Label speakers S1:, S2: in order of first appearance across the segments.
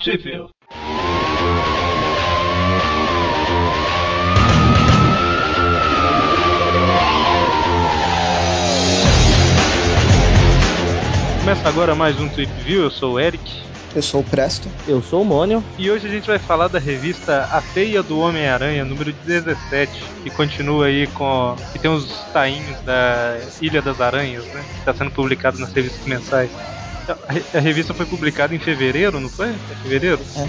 S1: Sheffield. Começa agora mais um Trip View, eu sou o Eric.
S2: Eu sou o Presto.
S3: Eu sou o Mônio.
S1: E hoje a gente vai falar da revista A Teia do Homem-Aranha, número 17, que continua aí com. que tem os tainhos da Ilha das Aranhas, né? Que está sendo publicado nas revistas mensais. A re- A revista foi publicada em fevereiro, não foi? É fevereiro?
S2: É,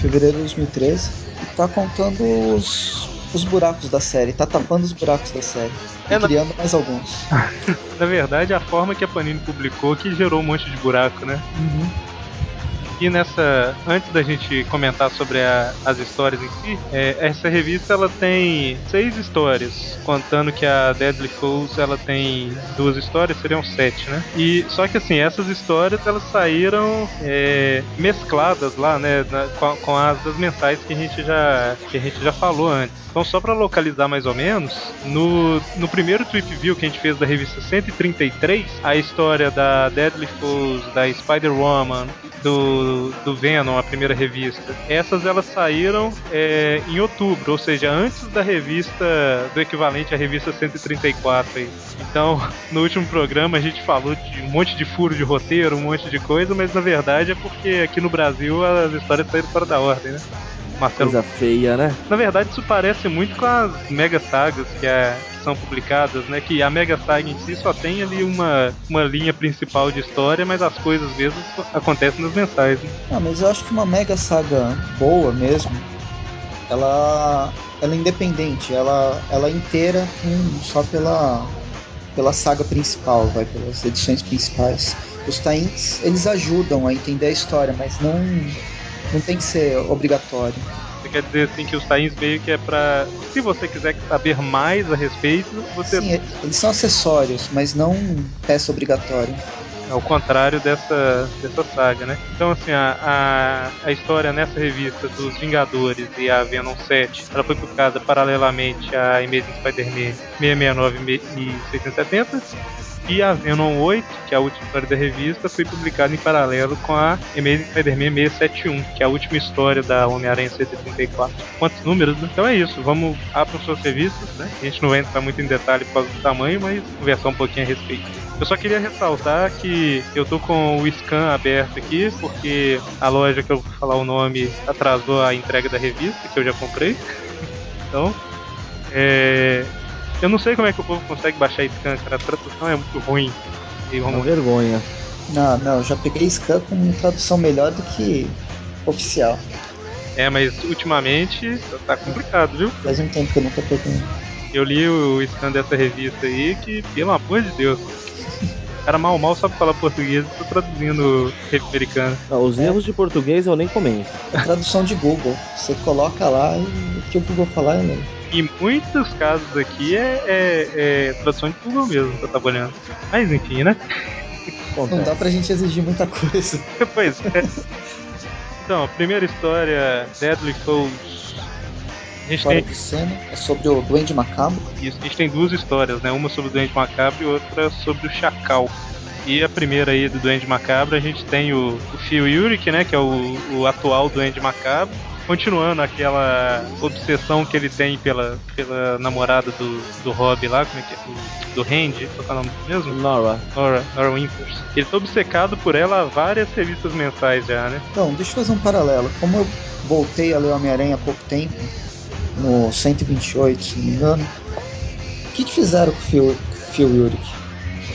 S2: fevereiro de 2013. E tá contando os, os buracos da série, tá tapando os buracos da série. E
S1: Ela-
S2: criando mais alguns.
S3: Ah,
S1: Na verdade, a forma que a Panini publicou que gerou um monte de buraco, né? E nessa, antes da gente comentar sobre a- as histórias em si, é, essa revista ela tem seis histórias, contando que a Deadly Fools ela tem duas histórias, seriam sete, né? E só que assim essas histórias elas saíram é, mescladas lá, né, na- com, a- com as das mensais que a gente já que a gente já falou antes. Então só para localizar mais ou menos, no, no primeiro trip view que a gente fez da revista 133, a história da Deadly Fools, da Spider-Woman do, do Venom, a primeira revista. Essas elas saíram é, em outubro, ou seja, antes da revista, do equivalente à revista 134. Aí. Então, no último programa a gente falou de um monte de furo de roteiro, um monte de coisa, mas na verdade é porque aqui no Brasil as histórias saíram fora da ordem, né? Marcelo
S3: Coisa feia, né?
S1: na verdade, isso parece muito com as mega sagas que, é- que são publicadas, né? Que a mega saga em si só tem ali uma, uma linha principal de história, mas as coisas mesmo acontecem nas mensagens. né?
S2: Ah, mas eu acho que uma mega saga boa mesmo, ela, ela é independente, ela, ela é inteira hum, só pela, pela saga principal, vai, pelas edições principais. Os tains, eles ajudam a entender a história, mas não, não tem que ser obrigatório.
S1: Você quer dizer assim que os tains meio que é pra. Se você quiser saber mais a respeito, você
S2: Sim, é, eles são acessórios, mas não peça obrigatória.
S1: ao é contrário dessa, dessa saga, né? Então, assim, a, a, a história nessa revista dos Vingadores e a Venom 7, ela foi publicada paralelamente a Amazing Spider-Man 669 e 670, e a Venom 8, que é a última história da revista, foi publicada em paralelo com a Amazing Spider-Man 671, que é a última história da Homem-Aranha 134. Quantos números, né? Então é isso, vamos abrir suas revistas, né? A gente não vai entrar muito em detalhe por causa do tamanho, mas conversar um pouquinho a respeito. Eu só queria ressaltar que eu tô com o scan aberto aqui, porque a loja que eu vou falar o nome atrasou a entrega da revista, que eu já comprei. Então, é... eu não sei como é que o povo consegue baixar scan, cara. A tradução é muito ruim. E
S3: Uma
S1: vamos ver.
S3: vergonha.
S2: Não, não, eu já peguei Scan com uma tradução melhor do que oficial.
S1: É, mas ultimamente tá complicado, viu?
S2: Faz um tempo que eu não tô pegando.
S1: Eu li o scan dessa revista aí que, pelo amor de Deus, o cara mal mal sabe falar português e tá traduzindo revista americana.
S3: Ah, os
S2: É.
S3: erros de português eu nem comento.
S2: É tradução de Google. Você coloca lá e o que o Google falar é lei.
S1: Em muitos casos aqui é, é- é tradução de Google mesmo que eu tava olhando. Mas enfim, né?
S2: Não dá
S3: Acontece.
S2: pra gente exigir muita coisa.
S1: pois é. Então, a primeira história, Deadly Foes. A gente,
S2: Fora
S1: tem,
S2: de cena. É sobre o Duende Macabro.
S1: isso, a gente tem duas histórias, né? Uma sobre o Duende Macabro e outra sobre o Chacal. E a primeira aí do Duende Macabro, a gente tem o, o Phil Yurik, né? Que é o, o atual Duende Macabro. Continuando aquela obsessão que ele tem pela, pela namorada do, do Rob lá, como é que é? Do- Do Randy, qual que é o nome mesmo?
S3: Nora,
S1: Nora, Nora Winters. Ele tá obcecado por ela há várias revistas mensais já, né?
S2: Então, deixa eu fazer um paralelo. Como eu voltei a ler Homem-Aranha há pouco tempo, no 128, se não me engano, o que, que fizeram com o Phil, com o Phil Urich?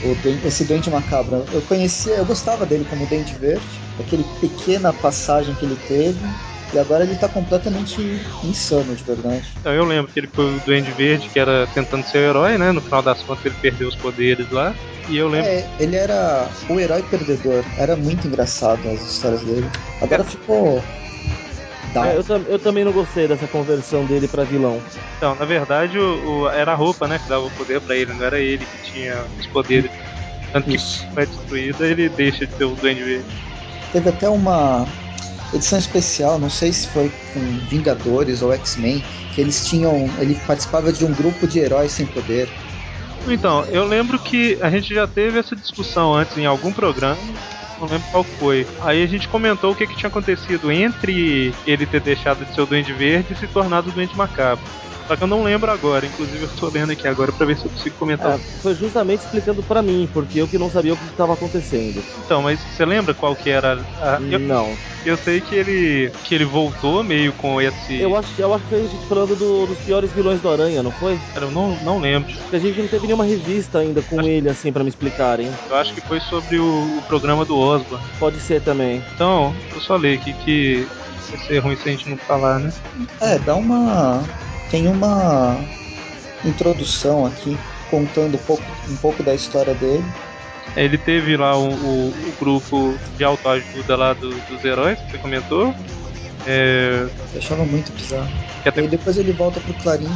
S2: O duen- esse Duende Macabro. Eu conhecia, eu gostava dele como Duende Verde, aquele pequena passagem que ele teve, e agora ele tá completamente insano, de verdade.
S1: Então eu lembro que ele foi o Duende Verde, que era tentando ser o herói, né? No final das contas ele perdeu os poderes lá. E eu lembro.
S2: É, ele era o herói perdedor. Era muito engraçado as histórias dele. Agora ficou. Down.
S3: É, eu, tam- eu também não gostei dessa conversão dele pra vilão.
S1: Então, na verdade, o, o- era a roupa, né? Que dava o poder pra ele, não era ele que tinha os poderes. Tanto que
S2: Isso.
S1: quando é destruída, ele deixa de ser o Duende Verde.
S2: Teve até uma edição especial, não sei se foi com Vingadores ou X-Men, que eles tinham. Ele participava de um grupo de heróis sem poder.
S1: Então, eu lembro que a gente já teve essa discussão antes em algum programa. não lembro qual foi. Aí a gente comentou o que, que tinha acontecido entre ele ter deixado de ser o Duende Verde e se tornado o Duende Macabro. Só que eu não lembro agora, inclusive eu tô lendo aqui agora pra ver se eu consigo comentar.
S3: É, foi justamente explicando pra mim, porque eu que não sabia o que estava acontecendo.
S1: Então, mas você lembra qual que era a. Tá, Eu,
S3: Não.
S1: eu sei que ele. que ele voltou meio com esse.
S3: Eu acho, eu acho que a gente falando do- dos piores vilões do Aranha, não foi?
S1: Cara, eu não, não lembro.
S3: Porque a gente não teve nenhuma revista ainda com ele, assim, pra me explicarem.
S1: Eu acho que foi sobre o, o programa do Osborn.
S3: Pode ser também.
S1: Então, eu só ler aqui que vai ser ruim se a gente não falar, né?
S2: É, dá uma. Tem uma introdução aqui contando um pouco, um pouco da história dele.
S1: Ele teve lá o, o- o grupo de autoajuda lá do- dos heróis, que você comentou. É,
S2: Eu achava muito bizarro.
S1: que até
S2: E depois ele volta pro Clarim.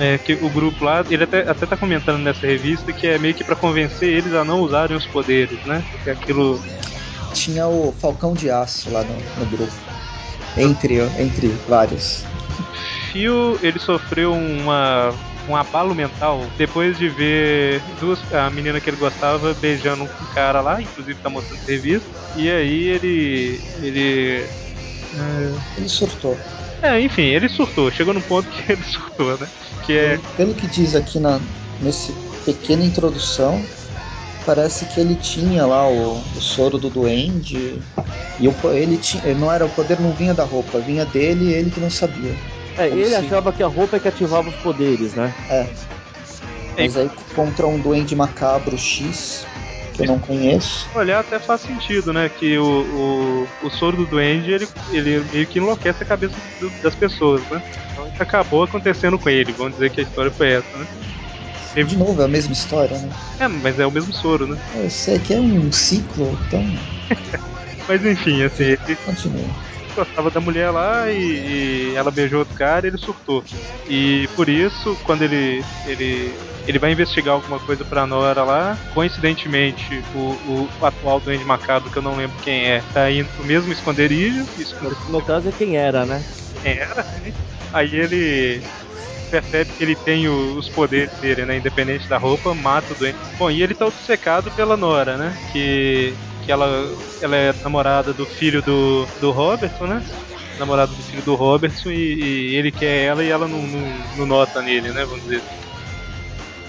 S1: É, que o grupo lá, ele até, até tá comentando nessa revista que é meio que pra convencer eles a não usarem os poderes, né? Que aquilo.
S2: Tinha o Falcão de Aço lá no, no grupo. Entre, entre vários.
S1: Fio, ele sofreu uma, um abalo mental depois de ver duas, a menina que ele gostava beijando um cara lá, inclusive tá mostrando essa revista. E aí ele. ele.
S2: Ele surtou.
S1: É, enfim, ele surtou. Chegou num ponto que ele surtou, né? Que é.
S2: Pelo que diz aqui na nesse pequena introdução, parece que ele tinha lá o, o soro do duende e o, po- ele tinha, não era o poder não vinha da roupa, vinha dele e ele que não sabia.
S3: É,
S2: Como
S3: ele
S2: se-
S3: achava que a roupa é que ativava os poderes, né?
S2: É. Mas aí contra um duende macabro X que eu não conheço.
S1: olhar até faz sentido, né? Que o, o, o soro do duende, ele, ele meio que enlouquece a cabeça do- das pessoas, né? Então isso acabou acontecendo com ele, vamos dizer que a história foi essa, né?
S2: De novo é a mesma história, né?
S1: É, mas é o mesmo soro, né?
S2: Eu sei que é um ciclo, então
S1: Mas enfim, assim, ele
S2: continua.
S1: gostava da mulher lá e, e ela beijou outro cara e ele surtou. E por isso, quando ele. ele ele vai investigar alguma coisa pra Nora lá. Coincidentemente, o, o atual Duende Macabro, que eu não lembro quem é, tá indo pro mesmo esconderijo. Isso que
S3: No caso é quem era, né?
S1: quem era, né? Aí ele percebe que ele tem o- os poderes dele, né? Independente da roupa, mata o doente. Bom, e ele tá obcecado pela Nora, né? Que, que ela, ela é namorada do filho do, do Robertson, né? Namorada do filho do Robertson e, e ele quer ela e ela não, não- não nota nele, né? Vamos dizer.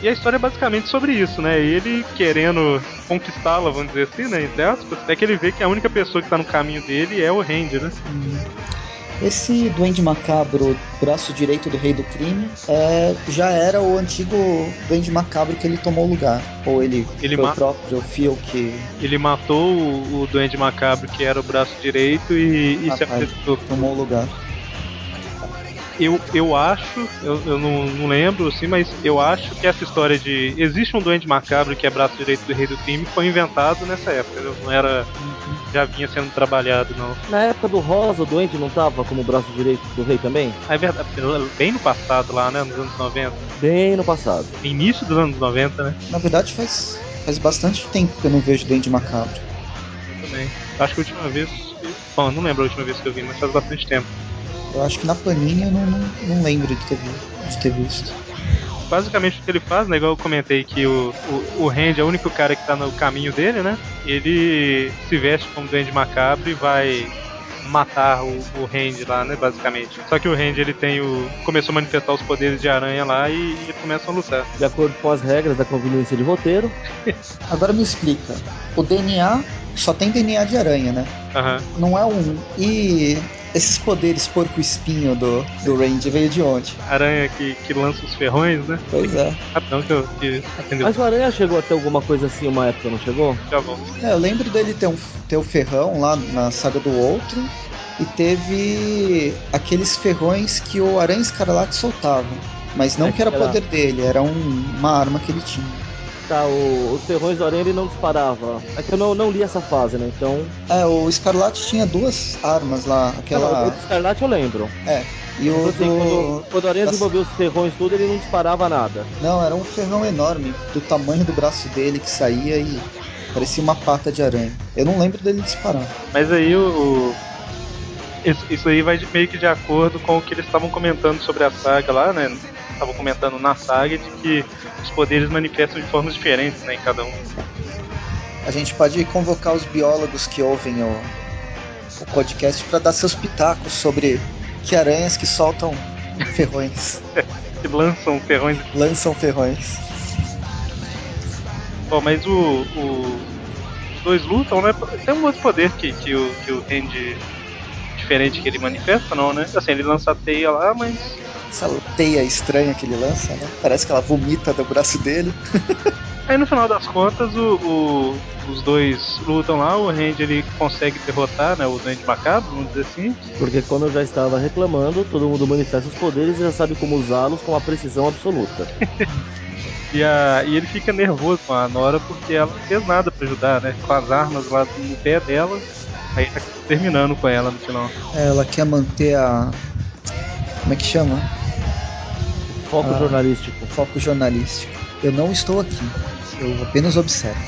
S1: E a história é basicamente sobre isso, né? Ele querendo conquistá-la, vamos dizer assim, né? Entre aspas, até que ele vê que a única pessoa que tá no caminho dele é o Randy, né?
S2: Hum. Esse duende macabro, braço direito do rei do crime, é, já era o antigo duende macabro que ele tomou lugar. Ou ele,
S1: Ele
S2: foi
S1: ma-
S2: o próprio Phil que
S1: Ele matou o, o Duende Macabro, que era o braço direito, e, e se
S2: Rapaz.
S1: apresentou.
S2: tomou o lugar.
S1: Eu, eu acho, eu, eu não, não lembro, assim, mas eu acho que essa história de existe um Duende Macabro que é braço direito do Rei do Crime foi inventado nessa época, entendeu? não era. já vinha sendo trabalhado, não.
S3: Na época do Rosa, o doente não tava como braço direito do rei também?
S1: É verdade, bem no passado lá, né, nos anos 90,
S3: Bem no passado.
S1: no início dos anos 90, né?
S2: Na verdade, faz, faz bastante tempo que eu não vejo duende macabro.
S1: Eu também. Acho que a última vez. que- Bom, não lembro a última vez que eu vi, mas faz bastante tempo.
S2: Eu acho que na Panini eu não, não, não lembro de ter, vi- de ter visto.
S1: basicamente o que ele faz, né? Igual eu comentei que o, o, o Randy é o único cara que tá no caminho dele, né? Ele se veste como Duende Macabro e vai matar o, o Randy lá, né? Basicamente. Só que o Randy ele tem o. começou a manifestar os poderes de aranha lá e, e começam a lutar.
S3: De acordo com as regras da conveniência de roteiro,
S2: Agora me explica. O DNA só tem DNA de aranha, né?
S1: Aham.
S2: Não é um. E esses poderes porco-espinho do, do Range veio de onde?
S1: Aranha que, que lança os ferrões, né?
S2: Pois é.
S1: Rapidão que eu que atendeu
S3: Mas o Aranha chegou até alguma coisa assim uma época, não chegou?
S1: já volto.
S2: É, eu lembro dele ter, um, ter o ferrão lá na saga do outro. E teve aqueles ferrões que o Aranha Escarlate soltava. Mas não
S3: É,
S2: que era
S3: que era-
S2: poder dele, era um- uma arma que ele tinha.
S3: Tá, o- os ferrões do Aranha ele não disparava. É que eu não, não li essa fase, né? Então.
S2: É, o Escarlate tinha duas armas lá,
S3: Não, o
S2: aquela. é,
S3: do Escarlate eu lembro.
S2: E o
S3: Assim,
S2: do.
S3: quando, quando o Aranha
S2: das-
S3: desenvolveu os ferrões tudo, ele não disparava nada.
S2: Não, era um ferrão enorme, do tamanho do braço dele que saía e parecia uma pata de aranha. Eu não lembro dele disparar.
S1: Mas aí o. Isso, isso aí vai de- meio que de acordo com o que eles estavam comentando sobre a saga lá, né? Estavam comentando na saga de que os poderes manifestam de formas diferentes, né, em cada um.
S2: A gente pode convocar os biólogos que ouvem o, o podcast para dar seus pitacos sobre que aranhas que soltam ferrões,
S1: que lançam um ferrões.
S2: lançam ferrões.
S1: Bom, mas o, o- os dois lutam, né? Tem um outro poder que, que o, que o Randy diferente que ele manifesta, não, né? Assim, ele lança a teia lá, mas
S2: Essa teia estranha que ele lança, né? Parece que ela vomita do braço dele.
S1: Aí no final das contas, o- o- os dois lutam lá, o Randy ele consegue derrotar né, o Duende Macabro, vamos dizer assim.
S3: Porque como eu já estava reclamando, todo mundo manifesta os poderes e já sabe como usá-los com uma precisão absoluta.
S1: E, a- e ele fica nervoso com a Nora porque ela não fez nada pra ajudar, né? Com as armas lá no pé dela, aí tá terminando com ela no final.
S2: Ela quer manter a. Como é que chama?
S3: Foco
S2: Ah.
S3: jornalístico.
S2: o foco jornalístico. Eu não estou aqui, eu apenas observo.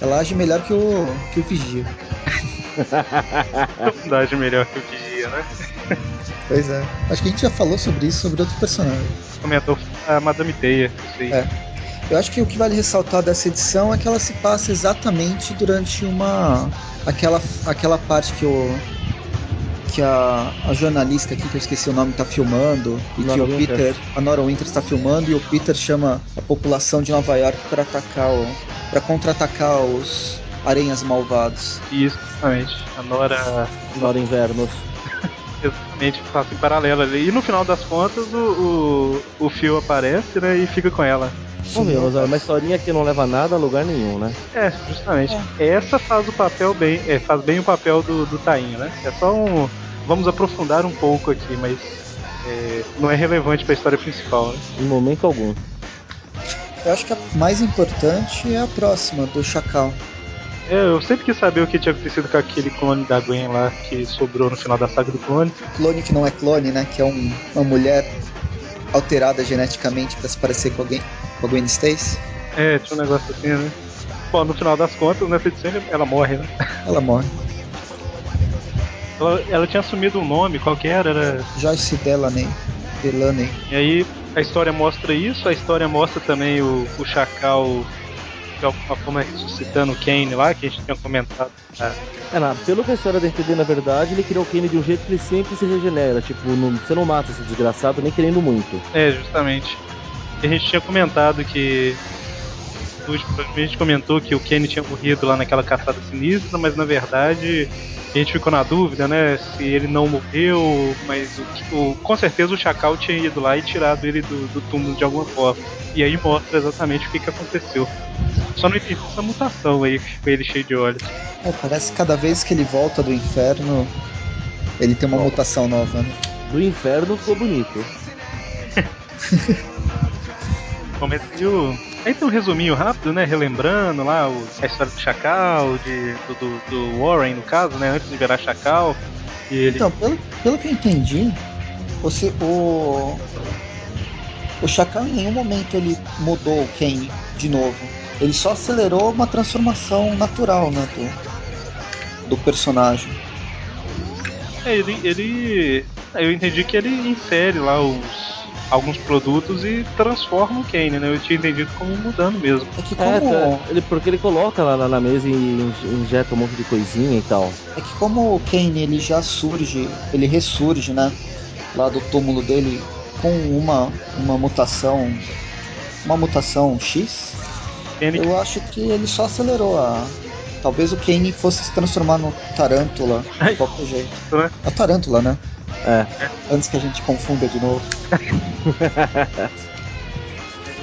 S2: Ela age melhor que o, que o Vigia.
S1: Verdade melhor que eu queria, né?
S2: Pois é. Acho que a gente já falou sobre isso, sobre outro personagem.
S1: Comentou a Madame Teia, isso aí.
S2: É. Eu acho que o que vale ressaltar dessa edição é que ela se passa exatamente durante uma. aquela, aquela parte que o. que a, a jornalista aqui, que eu esqueci o nome, tá filmando, e que
S3: Nora
S2: o
S3: Winter.
S2: Peter. A Nora Winter está filmando, e o Peter chama a população de Nova York para atacar o. para contra-atacar os aranhas malvados.
S1: Isso, exatamente. A Nora
S3: Nora Invernos.
S1: exatamente passa em paralelo ali. E no final das contas, o, o, o Phil aparece, né? E fica com ela.
S3: Bom, meu, mas é uma historinha que não leva nada a lugar nenhum, né?
S1: É, justamente. Essa faz o papel bem, é, faz bem o papel do, do Tainho, né? É só um. Vamos aprofundar um pouco aqui, mas é, não é relevante pra história principal, né?
S3: Em momento algum.
S2: Eu acho que a mais importante é a próxima, do Chacal.
S1: É, eu sempre quis saber o que tinha acontecido com aquele clone da Gwen lá que sobrou no final da saga do clone.
S2: Clone que não é clone, né? Que é um- uma mulher alterada geneticamente para se parecer com alguém. Com a Gwen Stacy,
S1: É, tinha um negócio assim, né? Bom, no final das contas, nessa edição ele- ela morre, né?
S2: ela morre.
S1: Ela, ela tinha assumido um nome qualquer, era
S2: Joyce Delaney. Delaney.
S1: E aí a história mostra isso, a história mostra também o, o Chacal de alguma forma ressuscitando o Kane lá, que a gente tinha comentado. né?
S3: É, na, pelo que a história da entender, na verdade, ele criou o Kane de um jeito que ele sempre se regenera. Tipo, não- você não mata esse desgraçado nem querendo muito.
S1: É, justamente. E a gente tinha comentado que. no último programa A gente comentou que o Kane tinha morrido lá naquela caçada sinistra, mas na verdade a gente ficou na dúvida, né? Se ele não morreu, mas o, o- com certeza o Chacal tinha ido lá e tirado ele do, do túmulo de alguma forma. E aí mostra exatamente o que, que aconteceu. Só não entendi essa mutação aí, que ficou ele cheio de olhos.
S2: É, parece que cada vez que ele volta do inferno, ele tem uma mutação nova, né?
S3: Do inferno ficou bonito.
S1: Bom, mas aí o- Aí tem um resuminho rápido, né? Relembrando lá o- a história do Chacal, de, do, do- do Warren, no caso, né? Antes de virar Chacal. E ele.
S2: Então, pelo, pelo que eu entendi, você, o. O Chacal em nenhum momento ele mudou o Kane de novo. Ele só acelerou uma transformação natural, né? Do, do personagem.
S1: É, ele, ele- Eu entendi que ele insere lá os. alguns produtos e transforma o Kane, né? Eu tinha entendido como mudando mesmo.
S2: É que como,
S3: É, tá- ele, porque ele coloca lá na, na mesa e inje- injeta um monte de coisinha e tal.
S2: é que como o Kane ele já surge, ele ressurge, né? Lá do túmulo dele com uma, uma mutação. Uma mutação X.
S1: Kane
S2: Eu acho que ele só acelerou a. Talvez o Kane fosse se transformar no Tarântula,
S1: Ai.
S2: de qualquer jeito.
S1: Né?
S2: A Tarântula, né?
S3: É.
S2: Antes que a gente confunda de novo.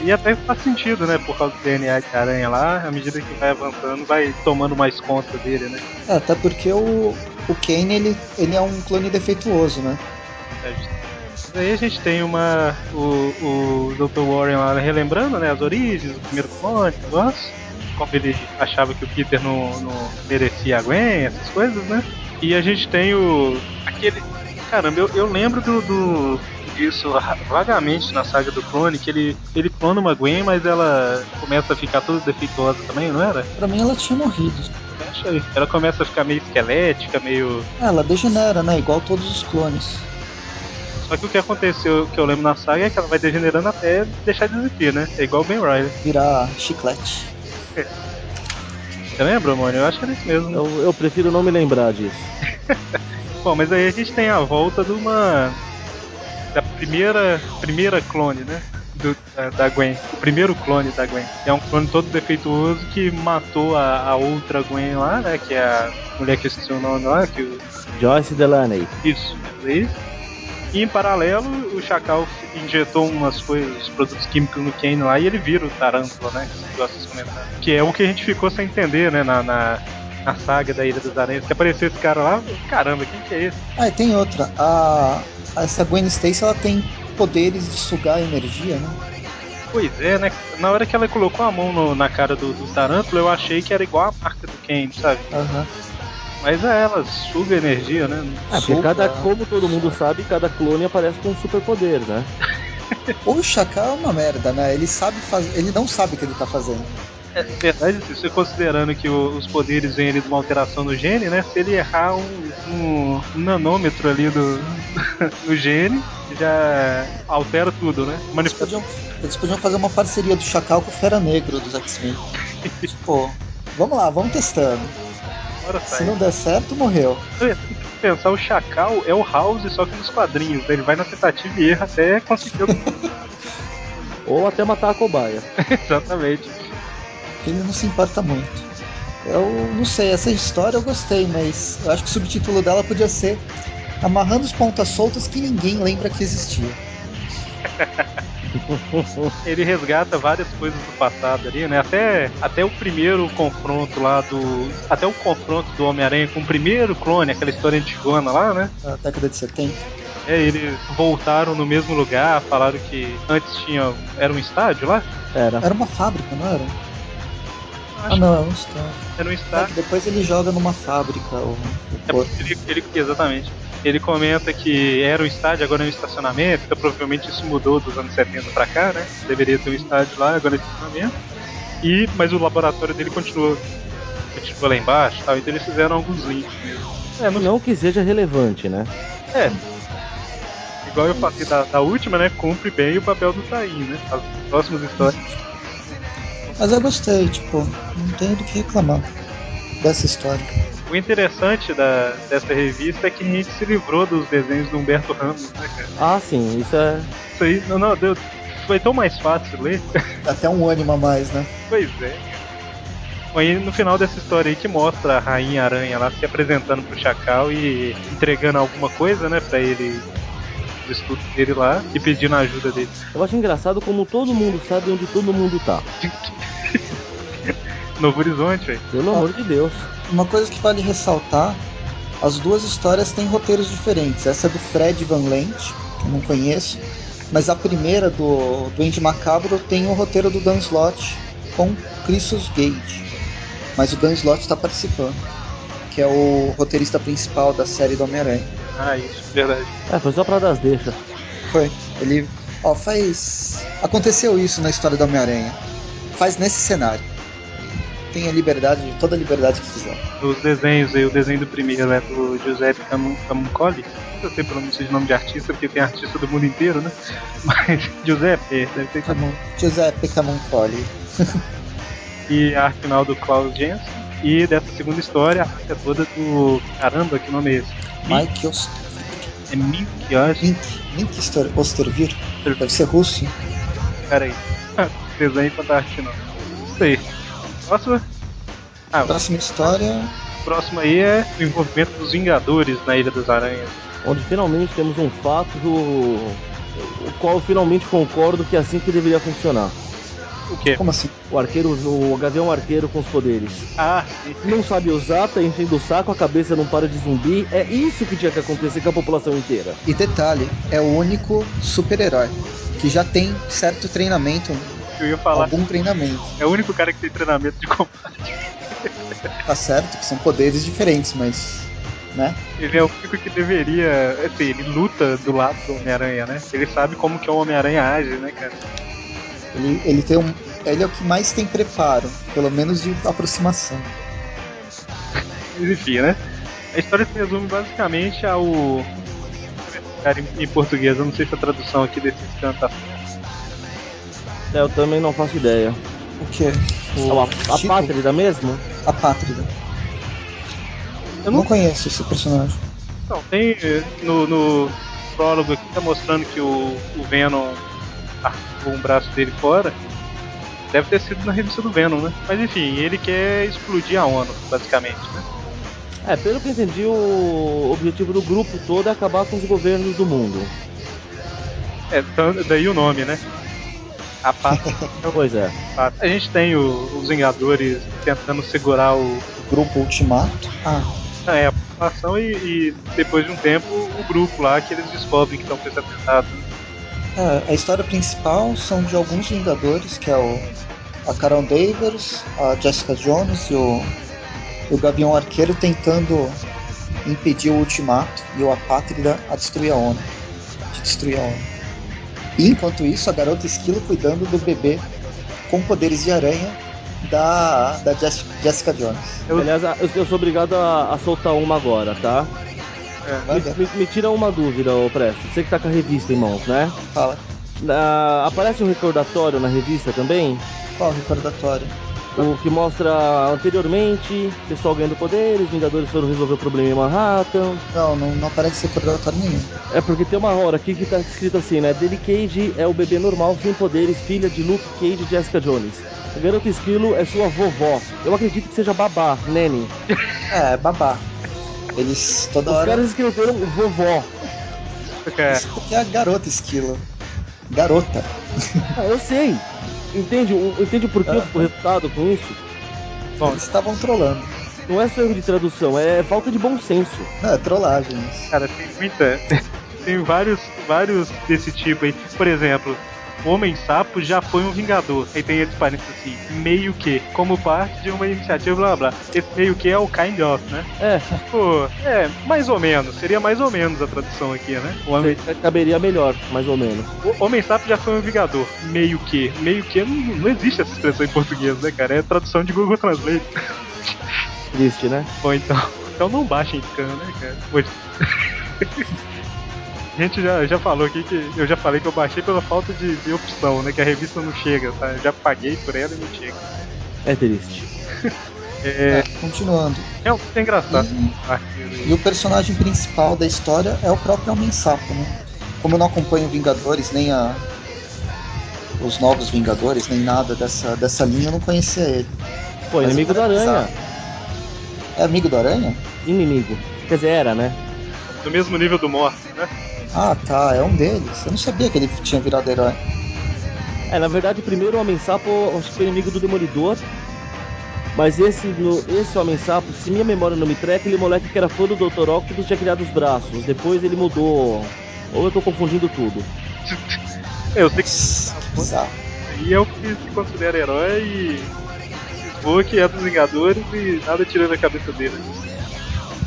S1: E até faz sentido, né? Por causa do DNA de aranha lá, à medida que vai avançando, vai tomando mais conta dele, né?
S2: É, até porque o, o Kane, ele, ele é um clone defeituoso, né?
S1: É, justo. Aí a gente tem uma. O, o Dr. Warren lá relembrando né, as origens, o primeiro clone, o negócio, como ele achava que o Peter não, não merecia a Gwen, essas coisas, né? E a gente tem o. aquele. Caramba, eu, eu lembro do, do- disso ra- vagamente na saga do clone, que ele, ele clona uma Gwen, mas ela começa a ficar toda defeituosa também, não era?
S2: Pra mim ela tinha morrido.
S1: Acho aí. Ela começa a ficar meio esquelética, meio.
S2: Ah, Ela degenera, né? Igual todos os clones.
S1: Só que o que aconteceu, que eu lembro na saga, é que ela vai degenerando até deixar de existir, né? É igual o Ben Riley.
S2: Virar chiclete.
S1: Você lembra, mano? Eu acho que era isso mesmo.
S3: Eu, eu prefiro não me lembrar disso.
S1: Bom, mas aí a gente tem a volta de uma. da primeira. primeira clone, né? Do- da, da Gwen. O primeiro clone da Gwen. É um clone todo defeituoso que matou a, a outra Gwen lá, né? Que é a mulher que eu esqueci o nome lá, que o-
S3: Joyce Delaney.
S1: isso, aí. E em paralelo, o Chacal injetou umas coisas, produtos químicos no Kane lá e ele vira o Tarântula, né? Que vocês gostam de comentar. Que é o que a gente ficou sem entender, né? Na, na, na saga da Ilha dos Aranhas. Que apareceu esse cara lá, caramba, quem que é esse?
S2: Ah, e tem outra. A, essa Gwen Stacy ela tem poderes de sugar energia, né?
S1: Pois é, né? Na hora que ela colocou a mão no- na cara do, do Tarântula, eu achei que era igual a marca do Kane, sabe?
S2: Aham.
S1: Mas é ela, suga energia, né?
S3: Ah, porque
S2: Super.
S3: cada, como todo mundo sabe, cada clone aparece com um superpoder, né?
S2: O Chacal é uma merda, né? Ele sabe fazer. Ele não sabe o que ele tá fazendo.
S1: É, na verdade, se você considerando que o- os poderes vêm ali de uma alteração no gene, né? Se ele errar um, um- um nanômetro ali do, no gene, já altera tudo, né?
S2: Eles
S1: Manipula.
S2: podiam, eles podiam fazer uma parceria do Chacal com o Fera Negro dos X-Men. tipo, vamos lá, vamos testando.
S1: Agora
S2: Se
S1: sai.
S2: não der certo, morreu.
S1: é Pensar assim o chacal é o House, só que nos quadrinhos. né? Ele vai na tentativa e erra até conseguir. o-
S3: Ou até matar a cobaia.
S1: Exatamente.
S2: Ele não se importa muito. Eu não sei, essa história eu gostei, mas eu acho que o subtítulo dela podia ser Amarrando os pontas soltas que ninguém lembra que existia.
S1: Ele resgata várias coisas do passado ali, né? Até, até o primeiro confronto lá do. Até o confronto do Homem-Aranha com o primeiro clone, aquela história antigona lá, né?
S2: Na década de 70.
S1: É, eles voltaram no mesmo lugar, falaram que antes tinha. Era um estádio lá?
S3: Era.
S2: Era uma fábrica, não era?
S1: Acho
S2: Ah não, era um estado.
S1: que era um
S2: É
S1: estádio.
S2: que depois ele joga numa fábrica o, o
S1: É
S2: corpo.
S1: porque ele, ele- exatamente. Ele comenta que era um estádio, agora é um estacionamento, então provavelmente isso mudou dos anos 70 pra cá, né? Deveria ter um estádio lá, agora é estacionamento. E, mas o laboratório dele continua, continua lá embaixo e tal, então eles fizeram alguns links mesmo. É, no
S3: Não que seja relevante, né?
S1: É. Igual eu falei da, da última, né? Cumpre bem o papel do Taim, né? As próximas histórias.
S2: Mas eu gostei, tipo, não tenho do que reclamar dessa história.
S1: O interessante da, dessa revista é que a gente se livrou dos desenhos do Humberto Ramos, né, cara?
S3: Ah, sim, isso é.
S1: Isso aí, não, não, deu, foi tão mais fácil ler.
S2: Dá Até um ânimo a mais, né?
S1: pois é. Bom, Aí no final dessa história aí que mostra a Rainha Aranha lá se apresentando pro Chacal e entregando alguma coisa, né, pra ele, do estudo dele lá, e pedindo a ajuda dele.
S3: Eu acho engraçado como todo mundo sabe onde todo mundo tá.
S1: Novo Horizonte, velho.
S3: Pelo amor de Deus.
S2: Uma coisa que vale ressaltar: as duas histórias têm roteiros diferentes. Essa é do Fred Van Lent, que eu não conheço, mas a primeira do Duende Macabro tem o roteiro do Dan Slott com Chrisos Gage. Mas o Dan Slott está participando, que é o roteirista principal da série do Homem-Aranha.
S1: Ah, isso, verdade.
S3: É, foi só pra dar as deixas.
S2: Foi. Ele, ó, faz. Aconteceu isso na história do Homem-Aranha. Faz nesse cenário. Tem a liberdade, toda a liberdade que quiser.
S1: os desenhos aí, o desenho do primeiro é do Giuseppe Camu- Camuncoli. Nunca sei pronúncia de nome de artista, porque tem artista do mundo inteiro, né? Mas Giuseppe, deve ter Camun.
S2: Giuseppe Camuncoli.
S1: E a arte final do Klaus Jensen. E dessa segunda história, a arte é toda do. Caramba, que nome é esse?
S2: Mike Ost...
S1: É Mink, eu acho.
S2: Link, Link Oster- Ostervir? Deve ser russo.
S1: Pera aí. desenho quanto a arte final. Isso aí. Próxima? Ah,
S2: Próxima história.
S1: a próxima aí é o envolvimento dos Vingadores na Ilha das Aranhas.
S3: Onde finalmente temos um fato do. O qual eu finalmente concordo que é assim que deveria funcionar.
S1: O
S3: É.
S1: quê?
S2: Como assim?
S3: O arqueiro, o gavião arqueiro com os poderes.
S1: Ah, sim.
S3: Não sabe usar, tá enchendo o saco, a cabeça não para de zumbi. É isso que tinha que acontecer com a população inteira.
S2: E detalhe, é o único super-herói que já tem certo treinamento,
S1: Eu ia falar.
S2: algum treinamento.
S1: É o único cara que tem treinamento de combate.
S2: Tá certo que são poderes diferentes, mas. Né?
S1: Ele é o único que deveria. Assim, ele luta do lado do Homem-Aranha, né? Ele sabe como que o Homem-Aranha age, né, cara?
S2: Ele, ele tem um. Ele é o que mais tem preparo, pelo menos de aproximação.
S1: Mas enfim, né? A história se resume basicamente ao. Cara, em- em português, eu não sei se a tradução aqui desse scan tá certa.
S3: É, eu também não faço ideia.
S2: O quê?
S3: É
S2: O
S3: uma- a
S2: título?
S3: pátria da mesmo?
S2: Apátrida. Eu não... não conheço esse personagem.
S1: Então, tem no, no prólogo aqui, tá mostrando que o, o Venom arrancou um braço dele fora. Deve ter sido na revista do Venom, né? Mas enfim, ele quer explodir a ONU, basicamente, né?
S3: É, pelo que eu entendi, o objetivo do grupo todo é acabar com os governos do mundo.
S1: É, então, daí o nome, né? A pata.
S3: pois é.
S1: A gente tem o, os Vingadores tentando segurar o.
S2: o grupo Ultimato? Ah.
S1: É, a população e, e, depois de um tempo o grupo lá que eles descobrem que estão sendo atentados.
S2: É, a história principal são de alguns Vingadores, que é o. A Carol Davis, a Jessica Jones e o o Gavião Arqueiro tentando impedir o Ultimato e o Apátrida a destruir a ONU. De destruir a ONU. E enquanto isso, a garota esquilo cuidando do bebê com poderes de aranha da, da Jessica Jones.
S3: Eu, aliás, eu sou obrigado a, a soltar uma agora, tá? É. Me, me, me, tira uma dúvida, ô Presto. Você que tá com a revista em mãos, né?
S2: Fala.
S3: Ah, aparece um recordatório na revista também?
S2: Qual recordatório?
S3: o que mostra anteriormente pessoal ganhando poderes, Vingadores foram resolver o problema em Manhattan.
S2: Não, não, não aparece recordatório nenhum.
S3: É porque tem uma hora aqui que tá escrito assim, né? David Cage é o bebê normal sem poderes, filha de Luke Cage e Jessica Jones. A garota esquilo é sua vovó. Eu acredito que seja babá, Nene.
S2: É, babá. Eles toda Os hora.
S3: Os caras escreveram vovó.
S2: Isso porque é a garota esquilo. Garota.
S3: Ah, eu sei entende, entende por que ah. eu fico resultado com isso?
S2: Bom, eles estavam trolando.
S3: Não é só erro de tradução, é falta de bom senso.
S2: Não, é trollagem.
S1: Cara, tem muita. tem vários, vários desse tipo aí. Por exemplo, Homem Sapo já foi um Vingador. Aí tem esse parênteses assim, meio que, como parte de uma iniciativa, blá blá. Esse meio que é o kind of, né?
S3: É.
S1: Pô, é, mais ou menos. Seria mais ou menos a tradução aqui, né?
S3: O homem... Caberia melhor, mais ou menos.
S1: O Homem Sapo já foi um Vingador. Meio que. Meio que não, não existe essa expressão em português, né, cara? É tradução de Google Translate.
S3: Triste, né?
S1: Ou então. Então não baixem scan, né, cara? Hoje... A gente já, já falou aqui que eu já falei que eu baixei pela falta de, de opção, né? Que a revista não chega, tá? Eu já paguei por ela e não chega.
S3: É triste.
S2: é... Uhum. é... continuando.
S1: É, é engraçado.
S2: E... e... o personagem principal da história é o próprio Homem Sapo, né? Como eu não acompanho Vingadores, nem a... os novos Vingadores, nem nada dessa, dessa linha, eu não conhecia ele.
S3: Pô, Mas inimigo da aranha. Sabe.
S2: É amigo da aranha?
S3: Inimigo. Quer dizer, era, né?
S1: Do mesmo nível do Morte, né?
S2: Ah, tá, é um deles. Eu não sabia que ele tinha virado herói.
S3: É, na verdade, o primeiro Homem-Sapo foi inimigo do Demolidor. Mas esse, esse Homem-Sapo, se minha memória não me treca, aquele um moleque que era fã do Dr. Octopus tinha criado os braços. Depois ele mudou. Ou eu tô confundindo tudo.
S1: eu sei que. Bizarro. E é o que se considera herói e. Se esboa que é dos Vingadores e nada tirando a cabeça dele.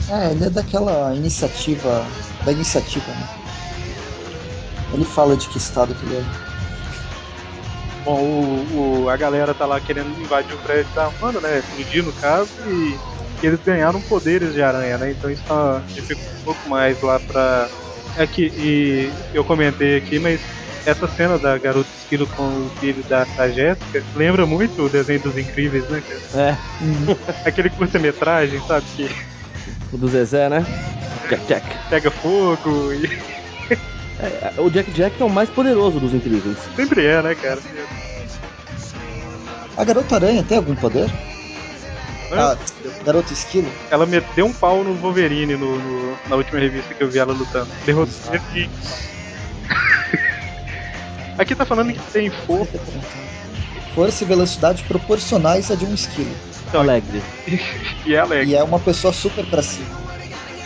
S2: É, ele é daquela iniciativa. Da iniciativa, né? Ele fala de que estado que ele é.
S1: Bom, o, o, a galera tá lá querendo invadir o prédio da Amanda, né? Explodir no caso, e eles ganharam poderes de aranha, né? Então isso tá, dificulta um pouco mais lá pra. É que e eu comentei aqui, mas essa cena da garota esquilo com o filho da, da Jéssica lembra muito o desenho dos incríveis, né,
S3: cara? É.
S1: Aquele curta-metragem, sabe? Que
S3: o do Zezé, né? Jack Jack.
S1: Pega fogo e.
S3: É, o Jack Jack é o mais poderoso dos incríveis.
S1: Sempre é, né, cara?
S2: A garota aranha tem algum poder? Ah, garota esquilo?
S1: Ela meteu um pau no Wolverine no, no, na última revista que eu vi ela lutando. Derrotou ele. Aqui tá falando que tem força.
S2: Força e velocidade proporcionais a de um esquilo
S3: alegre.
S1: e é alegre.
S2: é. E é uma pessoa super pra cima.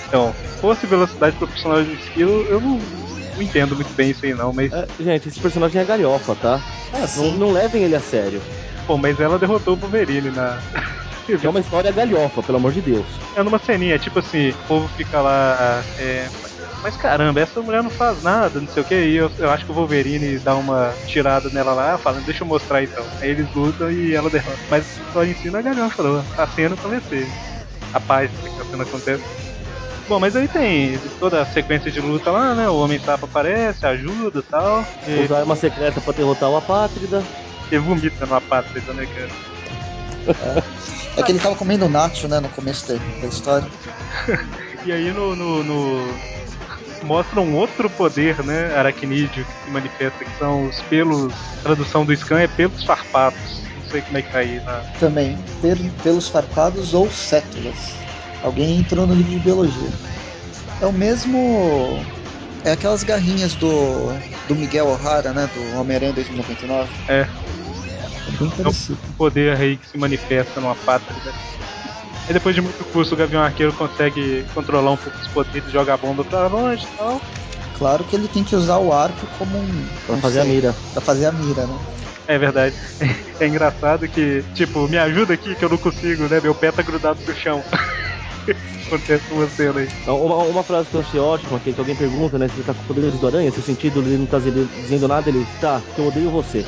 S1: Então, fosse velocidade proporcional de esquilo, eu não, não, entendo muito bem isso aí não, mas. É,
S3: gente, esse personagem é galhofa, tá?
S2: É, assim.
S3: não, não, levem ele a sério.
S1: Pô, mas ela derrotou o Wolverine na.
S3: é uma história galhofa, pelo amor de Deus.
S1: É numa ceninha, tipo assim, o povo fica lá. É, mas caramba, essa mulher não faz nada, não sei o que. E eu, eu acho que o Wolverine dá uma tirada nela lá, falando, deixa eu mostrar então. Aí eles lutam e ela derrota. Mas só ensina a galera, falou, a cena pra vencer. A paz que a cena acontece. Bom, mas aí tem toda a sequência de luta lá, né? O Homem Sapo aparece, ajuda tal, e
S3: É.
S1: tal.
S3: Usar uma secreta pra derrotar o Apátrida.
S1: E vomita no Apátrida, né, cara?
S2: É que ele tava comendo nacho, né, no começo da, da história.
S1: E aí no, no- no- mostra um outro poder, né, aracnídeo que se manifesta, que são os pelos. Tradução do scan é pelos farpados. Não sei como é que tá aí na.
S2: Também, pel- pelos farpados ou cétulas. Alguém entrou no livro de biologia. É o mesmo. É aquelas garrinhas do, do Miguel O'Hara, né? Do Homem-Aranha 2099.
S1: É.
S2: É bem parecido.
S1: um poder aí que se manifesta numa pátria. Aí depois de muito custo o Gavião Arqueiro consegue controlar um pouco os poderes, joga a bomba pra longe então, e tal.
S2: Claro que ele tem que usar o arco como um.
S3: Pra
S2: não
S3: fazer a
S2: sei,
S3: mira.
S2: Pra fazer a mira, né?
S1: É verdade. É engraçado que, tipo, me ajuda aqui que eu não consigo, né? Meu pé tá grudado no chão. Acontece uma cena aí.
S3: Então, Uma, uma frase que eu achei ótima, que alguém pergunta, né? Se ele tá com poderes do aranha, seu sentido, ele não tá dizendo, dizendo nada, ele tá, eu odeio você.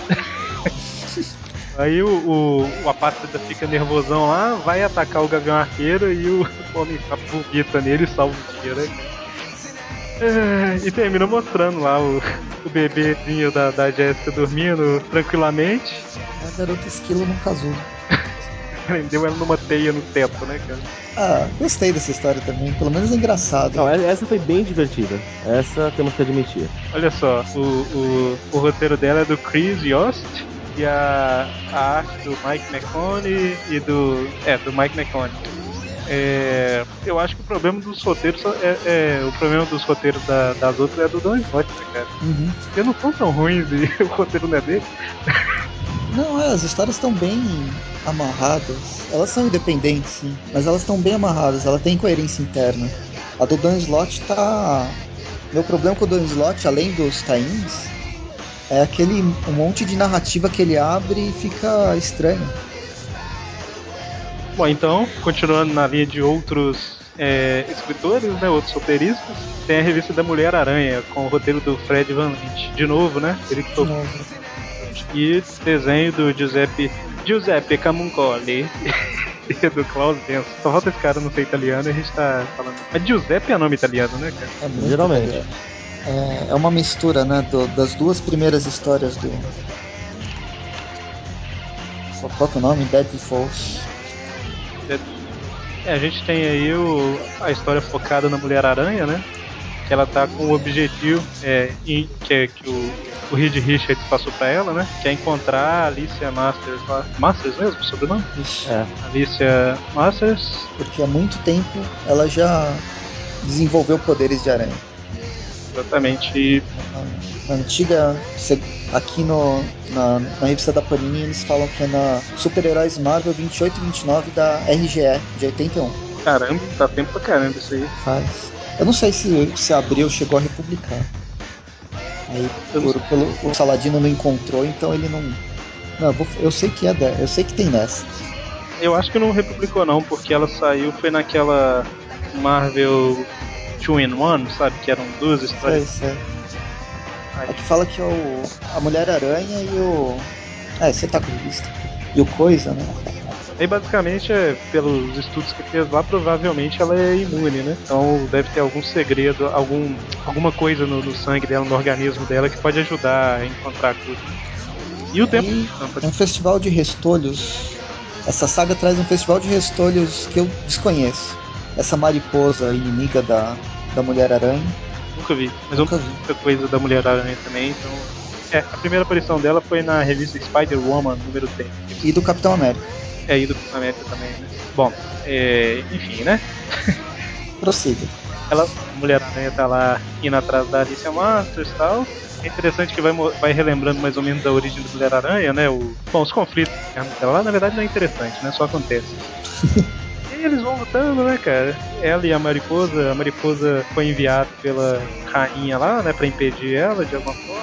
S1: Aí o, o, o Apátrida fica nervosão lá, vai atacar o Gavião Arqueiro e o Homem Sapo vomita nele e salva o dia, né? cara? É, E termina mostrando lá o, o bebezinho da, da Jéssica dormindo tranquilamente.
S2: A garota É um esquilo num casulo.
S1: Prendeu ela numa teia no teto, né, cara?
S2: Ah, gostei dessa história também. Pelo menos é engraçado.
S3: Não, e- essa foi bem divertida. Essa temos que admitir.
S1: Olha só, o, o, o roteiro dela é do Chris Yost e a, a arte do Mike McCone e do. É, do Mike McCone. É, eu acho que o problema dos roteiros só- é, é- o problema dos roteiros da- das outras é do Don Slott, né, cara.
S2: Uhum.
S1: Porque não são tão ruins e o roteiro não é dele.
S2: Não, é, as histórias estão bem amarradas. Elas são independentes, sim, mas elas estão bem amarradas, ela tem coerência interna. A do Dan Slott tá. Meu problema com o Dan Slott, além dos tains, é aquele um monte de narrativa que ele abre e fica estranho.
S1: Bom, então, continuando na linha de outros é, escritores, né, outros roteiristas, tem a revista da Mulher Aranha, com o roteiro do Fred Van Lynch, de novo, né? Ele que
S2: De
S1: tocou
S2: novo.
S1: e desenho do Giuseppe Giuseppe Camuncoli e do Klaus Benz. Só falta esse cara não ser italiano e a gente tá falando. Mas Giuseppe é nome italiano, né, cara?
S2: É muito
S3: Geralmente.
S2: É, é uma mistura, né, do- das duas primeiras histórias do. Qual que é o nome? Deadly Falls.
S1: É, a gente tem aí o- a história focada na Mulher Aranha, né? Que ela tá com o objetivo é, em- que, é- que o, o Reed Richards passou pra ela, né? Que é encontrar a Alicia Masters lá. Masters mesmo, o sobrenome?
S2: Ixi.
S3: É.
S1: Alicia Masters.
S2: porque há muito tempo ela já desenvolveu poderes de aranha.
S1: Exatamente. E
S2: A antiga, se- aqui no, na, na revista da Panini, eles falam que é na Super-Heróis Marvel 28 e 29 da RGE, de 81.
S1: caramba, tá tempo pra caramba isso aí.
S2: Faz. Eu não sei se, se abriu, chegou a republicar. Aí
S1: Eu não
S2: por- pelo, o Saladino não encontrou, então ele não. Não, eu, vou- eu sei que é da, eu sei que tem nessa.
S1: Eu acho que não republicou não, porque ela saiu foi naquela Marvel 2 in 1, sabe? Que eram duas
S2: Sei,
S1: histórias.
S2: sei. É
S1: Aí,
S2: que fala que é o, a Mulher-Aranha e o. É, você tá com revista. E o Coisa, né?
S1: aí, basicamente, é, pelos estudos que fez lá, provavelmente ela é imune, né? Então deve ter algum segredo, algum, alguma coisa no, no sangue dela, no organismo dela, que pode ajudar a encontrar a cura. né? E o tempo.
S2: E
S1: Não, pode-
S2: é um festival de restolhos. Essa saga traz um festival de restolhos que eu desconheço. Essa mariposa inimiga da, da Mulher-Aranha.
S1: Nunca vi. Mas eu
S2: Nunca vi.
S1: muita coisa da Mulher Aranha também, então. É, a primeira aparição dela foi na revista Spider-Woman número 10.
S2: E do Capitão América.
S1: É ido pra América também, né? Bom, é, enfim, né?
S2: Prossiga.
S1: ela, a Mulher Aranha tá lá indo atrás da Alicia Masters e tal. É interessante que vai, mo- vai relembrando mais ou menos da origem da Mulher Aranha, né? O, bom, os conflitos internos dela lá, na verdade, não é interessante, né? Só acontece. E aí eles vão lutando, né, cara? Ela e a mariposa. A mariposa foi enviada pela rainha lá, né? Pra impedir ela de alguma forma.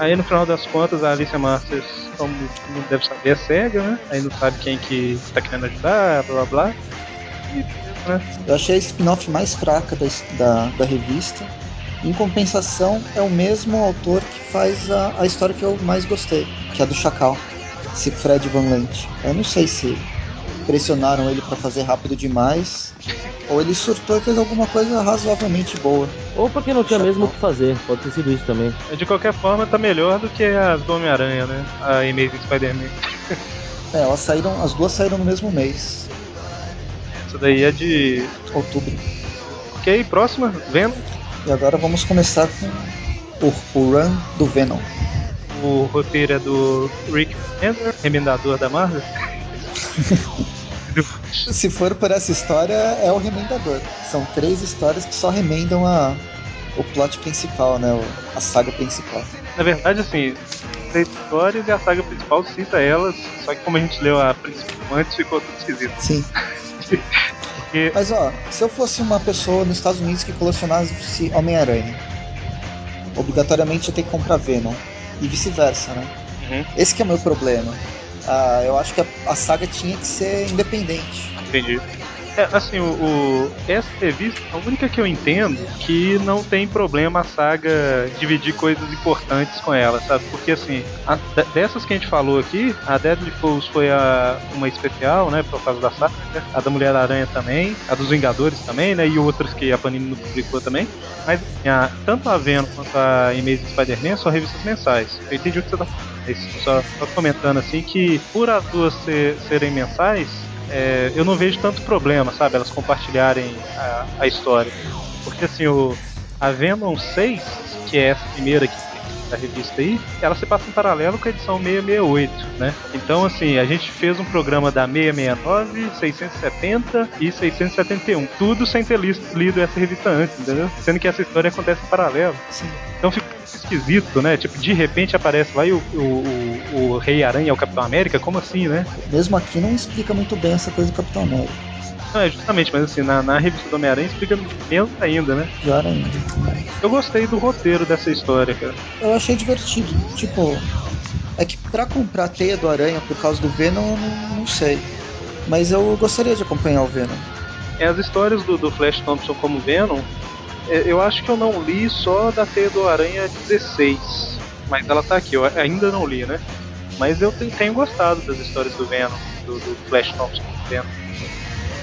S1: Aí no final das contas, a Alicia Masters, como todo mundo deve saber, é cega, né? Aí não sabe quem que tá querendo ajudar, blá blá blá. E beleza, né?
S2: Eu achei a spin-off mais fraca da, his- da, da revista. Em compensação, é o mesmo autor que faz a, a história que eu mais gostei, que é a do Chacal, esse Fred Van Lent. Eu não sei se pressionaram ele pra fazer rápido demais, ou ele surtou e fez alguma coisa razoavelmente boa.
S3: Ou porque não tinha
S2: Chapão.
S3: mesmo o que fazer, pode ter sido isso também.
S1: É, De qualquer forma, tá melhor do que as do Homem-Aranha, né? A Amazing Spider-Man.
S2: É, elas saíram, as duas saíram no mesmo mês,
S1: Essa daí é de.
S2: outubro.
S1: Ok, próxima? Venom.
S2: E agora vamos começar com o, o run do Venom.
S1: O roteiro é do Rick Remender, remendador da Marvel.
S2: Se for por essa história, é o remendador. São três histórias que só remendam a, o plot principal, né? o- A saga principal.
S1: Na verdade, assim, três histórias e a saga principal cita elas, só que como a gente leu a principal antes, ficou tudo esquisito.
S2: Sim.
S1: Porque
S2: Mas ó, se eu fosse uma pessoa nos Estados Unidos que colecionasse Homem-Aranha, obrigatoriamente eu tenho que comprar Venom. E vice-versa, né?
S1: Uhum.
S2: Esse que é o meu problema. Ah, eu acho que a, a saga tinha que ser independente.
S1: Entendi. É, assim, o, o- essa revista, a única que eu entendo que não tem problema a saga dividir coisas importantes com ela, sabe? Porque, assim, a- de- dessas que a gente falou aqui, a Deadly Foes foi a, uma especial, né, por causa da saga, né? a da Mulher-Aranha também, a dos Vingadores também, né, e outras que a Panini não publicou também. Mas, assim, a- tanto a Venom quanto a Amazing Spider-Man são revistas mensais. Eu entendi o que você tá falando, mas só, só comentando, assim, que por as duas ser- serem mensais, é, eu não vejo tanto problema, sabe? Elas compartilharem a, a história. Porque assim, o, a Venom 6, que é essa primeira que tem da revista aí, ela se passa em paralelo com a edição 668, né? Então, assim, a gente fez um programa da 669, 670 e 671. Tudo sem ter lis- lido essa revista antes, entendeu? Sendo que essa história acontece em paralelo.
S2: Sim.
S1: Então fica esquisito, né? Tipo, de repente aparece lá e o, o, o, o Rei Aranha é o Capitão América? Como assim, né?
S2: Mesmo aqui não explica muito bem essa coisa do Capitão América.
S1: Não, é justamente, mas assim, na, na revista do Homem-Aranha explica menos ainda, né?
S2: Pior ainda.
S1: Eu gostei do roteiro dessa história, cara.
S2: Eu achei divertido. Tipo, é que pra comprar a teia do Aranha por causa do Venom, eu não, não sei. Mas eu gostaria de acompanhar o Venom.
S1: É, as histórias do, do Flash Thompson como Venom, é, eu acho que eu não li só da Teia do Aranha 16. Mas ela tá aqui, eu ainda não li, né? Mas eu te- tenho gostado das histórias do Venom, do, do Flash Thompson como Venom.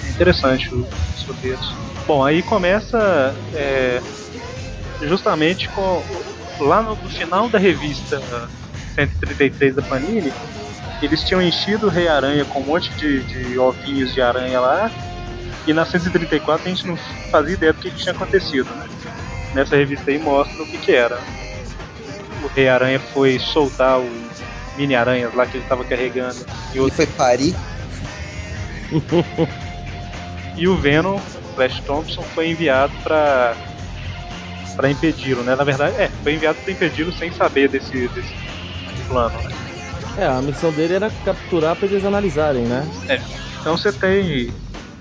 S1: É interessante o- os roteiros. Bom, aí começa é, justamente com. Lá no, no final da revista 133 da Panini, eles tinham enchido o Rei Aranha com um monte de, de ovinhos de aranha lá. E na 134 a gente não fazia ideia do que, que tinha acontecido, né? Nessa revista aí mostra o que que era. O Rei Aranha foi soltar o mini aranhas lá que ele estava carregando em
S2: Ele
S1: outro
S2: foi parir.
S1: E o Venom, Flash Thompson, foi enviado pra para impedi-lo, né? Na verdade, é, foi enviado pra impedi-lo sem saber desse, desse plano, né?
S3: É, a missão dele era capturar pra eles analisarem, né?
S1: Então você tem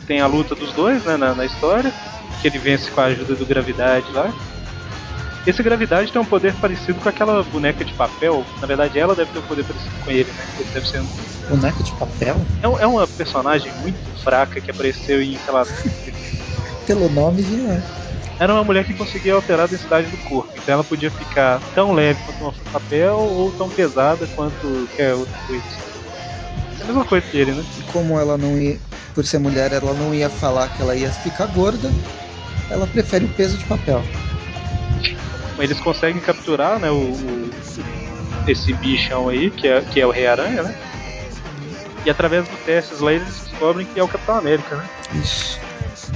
S1: tem a luta dos dois, né, na, na história, que ele vence com a ajuda do Gravidade lá. Esse Gravidade tem um poder parecido com aquela boneca de papel. Na verdade, ela deve ter um poder parecido com ele, né? Ele deve ser um
S2: Boneca de papel?
S1: é, um- é uma personagem muito fraca que apareceu em, sei lá,
S2: Pelo nome já é.
S1: era uma mulher que conseguia alterar a densidade do corpo. Então ela podia ficar tão leve quanto uma folha de papel ou tão pesada quanto qualquer outra coisa. É a mesma coisa que ele, né?
S2: E como ela não ia. Por ser mulher, ela não ia falar que ela ia ficar gorda. Ela prefere o peso de papel.
S1: Eles conseguem capturar, né, o, o- esse bichão aí, que é, que é o Rei Aranha, né? E através dos testes lá eles descobrem que é o Capitão América, né?
S2: Isso.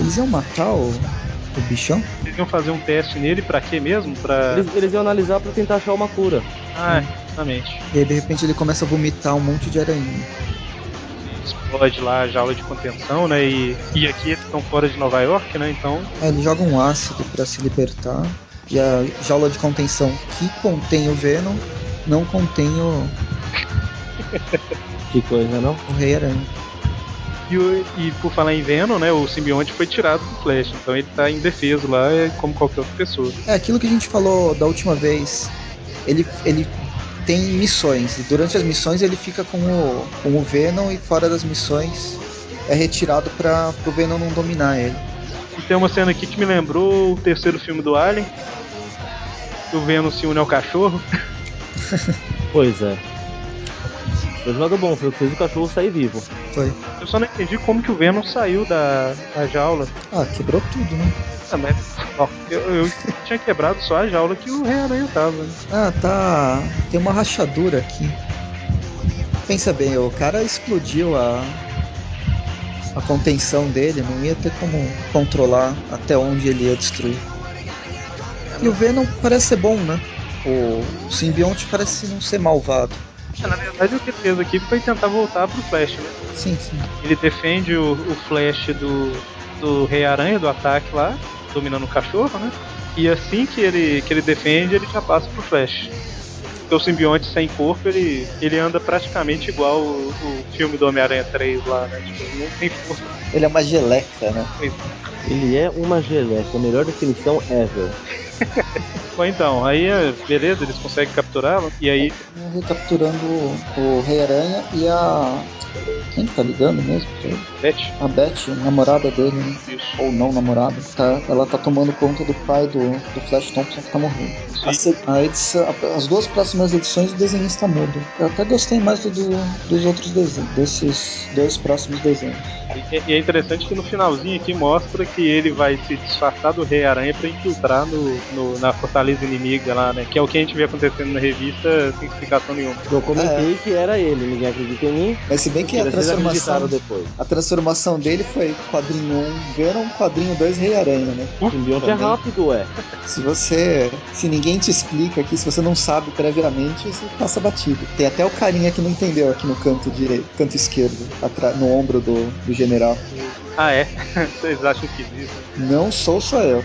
S2: Eles iam matar o, o bichão?
S1: Eles iam fazer um teste nele pra quê mesmo? Pra.
S3: Eles, eles iam analisar pra tentar achar uma cura.
S1: Ah, justamente.
S2: E aí de repente ele começa a vomitar um monte de aranha.
S1: Explode lá a jaula de contenção, né? E, e aqui eles estão fora de Nova York, né? Então
S2: Aí ele joga um ácido pra se libertar. E a jaula de contenção que contém o Venom não contém o,
S3: Que coisa, não?
S2: o Rei Aranha.
S1: E, o- e por falar em Venom, né, o simbionte foi tirado do Flash, então ele tá indefeso lá, é como qualquer outra pessoa.
S2: É aquilo que a gente falou da última vez. Ele, ele tem missões. E durante as missões ele fica com o, com o Venom e fora das missões é retirado para pro Venom não dominar ele.
S1: E tem uma cena aqui que me lembrou o terceiro filme do Alien, que o Venom se une ao cachorro.
S3: Pois é. Foi um lado bom, foi o que fez o cachorro sair vivo.
S2: Foi.
S1: Eu só não entendi como que o Venom saiu da, da jaula.
S2: Ah, quebrou tudo, né?
S1: Ah, mas, bom, eu, eu tinha quebrado só a jaula que o Rei Aranha tava, né?
S2: Ah, tá. Tem uma rachadura aqui. pensa bem, o cara explodiu a, a contenção dele, não ia ter como controlar até onde ele ia destruir. E o Venom parece ser bom, né? O simbionte parece não ser malvado.
S1: É, Na verdade, o que ele fez aqui foi tentar voltar pro Flash, né?
S2: Sim, sim.
S1: Ele defende o, o Flash do, do Rei Aranha, do ataque lá, dominando o cachorro, né? E assim que ele, que ele defende, ele já passa pro Flash. Porque o simbionte sem corpo, ele, ele anda praticamente igual o, o filme do Homem-Aranha 3 lá, né? Tipo, ele não tem força.
S2: Ele é uma geleca, né?
S3: Ele é uma geleca, a melhor definição ever.
S1: Bom, então, aí é- beleza, eles conseguem capturá-lo. E aí,
S2: Recapturando tá o Rei Aranha e a. Quem que tá ligando mesmo? pra ele?
S1: Beth,
S2: A Beth, namorada dele, né?
S1: isso.
S2: ou não namorada, tá, ela tá tomando conta do pai do, do Flash Thompson que tá morrendo.
S1: Sim.
S2: A, se- a edição- a- as duas próximas edições o desenhista muda. Eu até gostei mais do, do- dos outros desenhos, desses dois próximos desenhos.
S1: E, e é interessante que no finalzinho aqui mostra que ele vai se disfarçar do Rei Aranha pra infiltrar no, no- na fortaleza inimiga lá, né? Que é o que a gente vê acontecendo na revista sem explicação nenhuma.
S3: Eu comentei que era ele, ninguém acredita em mim.
S2: Mas se bem É. que é a
S3: Mentira, vocês acreditaram
S2: transformação,
S3: depois.
S2: a transformação dele foi quadrinho 1 Venom, quadrinho 2 Rei Aranha, né?
S3: O simbionte é
S2: Também.
S3: rápido, é.
S2: Se você. Se ninguém te explica aqui, se você não sabe previamente, você passa batido. Tem até o carinha que não entendeu aqui no canto direito, canto esquerdo, atra- no ombro do, do general.
S1: Ah, é? Vocês acham que existe?
S2: Não sou só eu.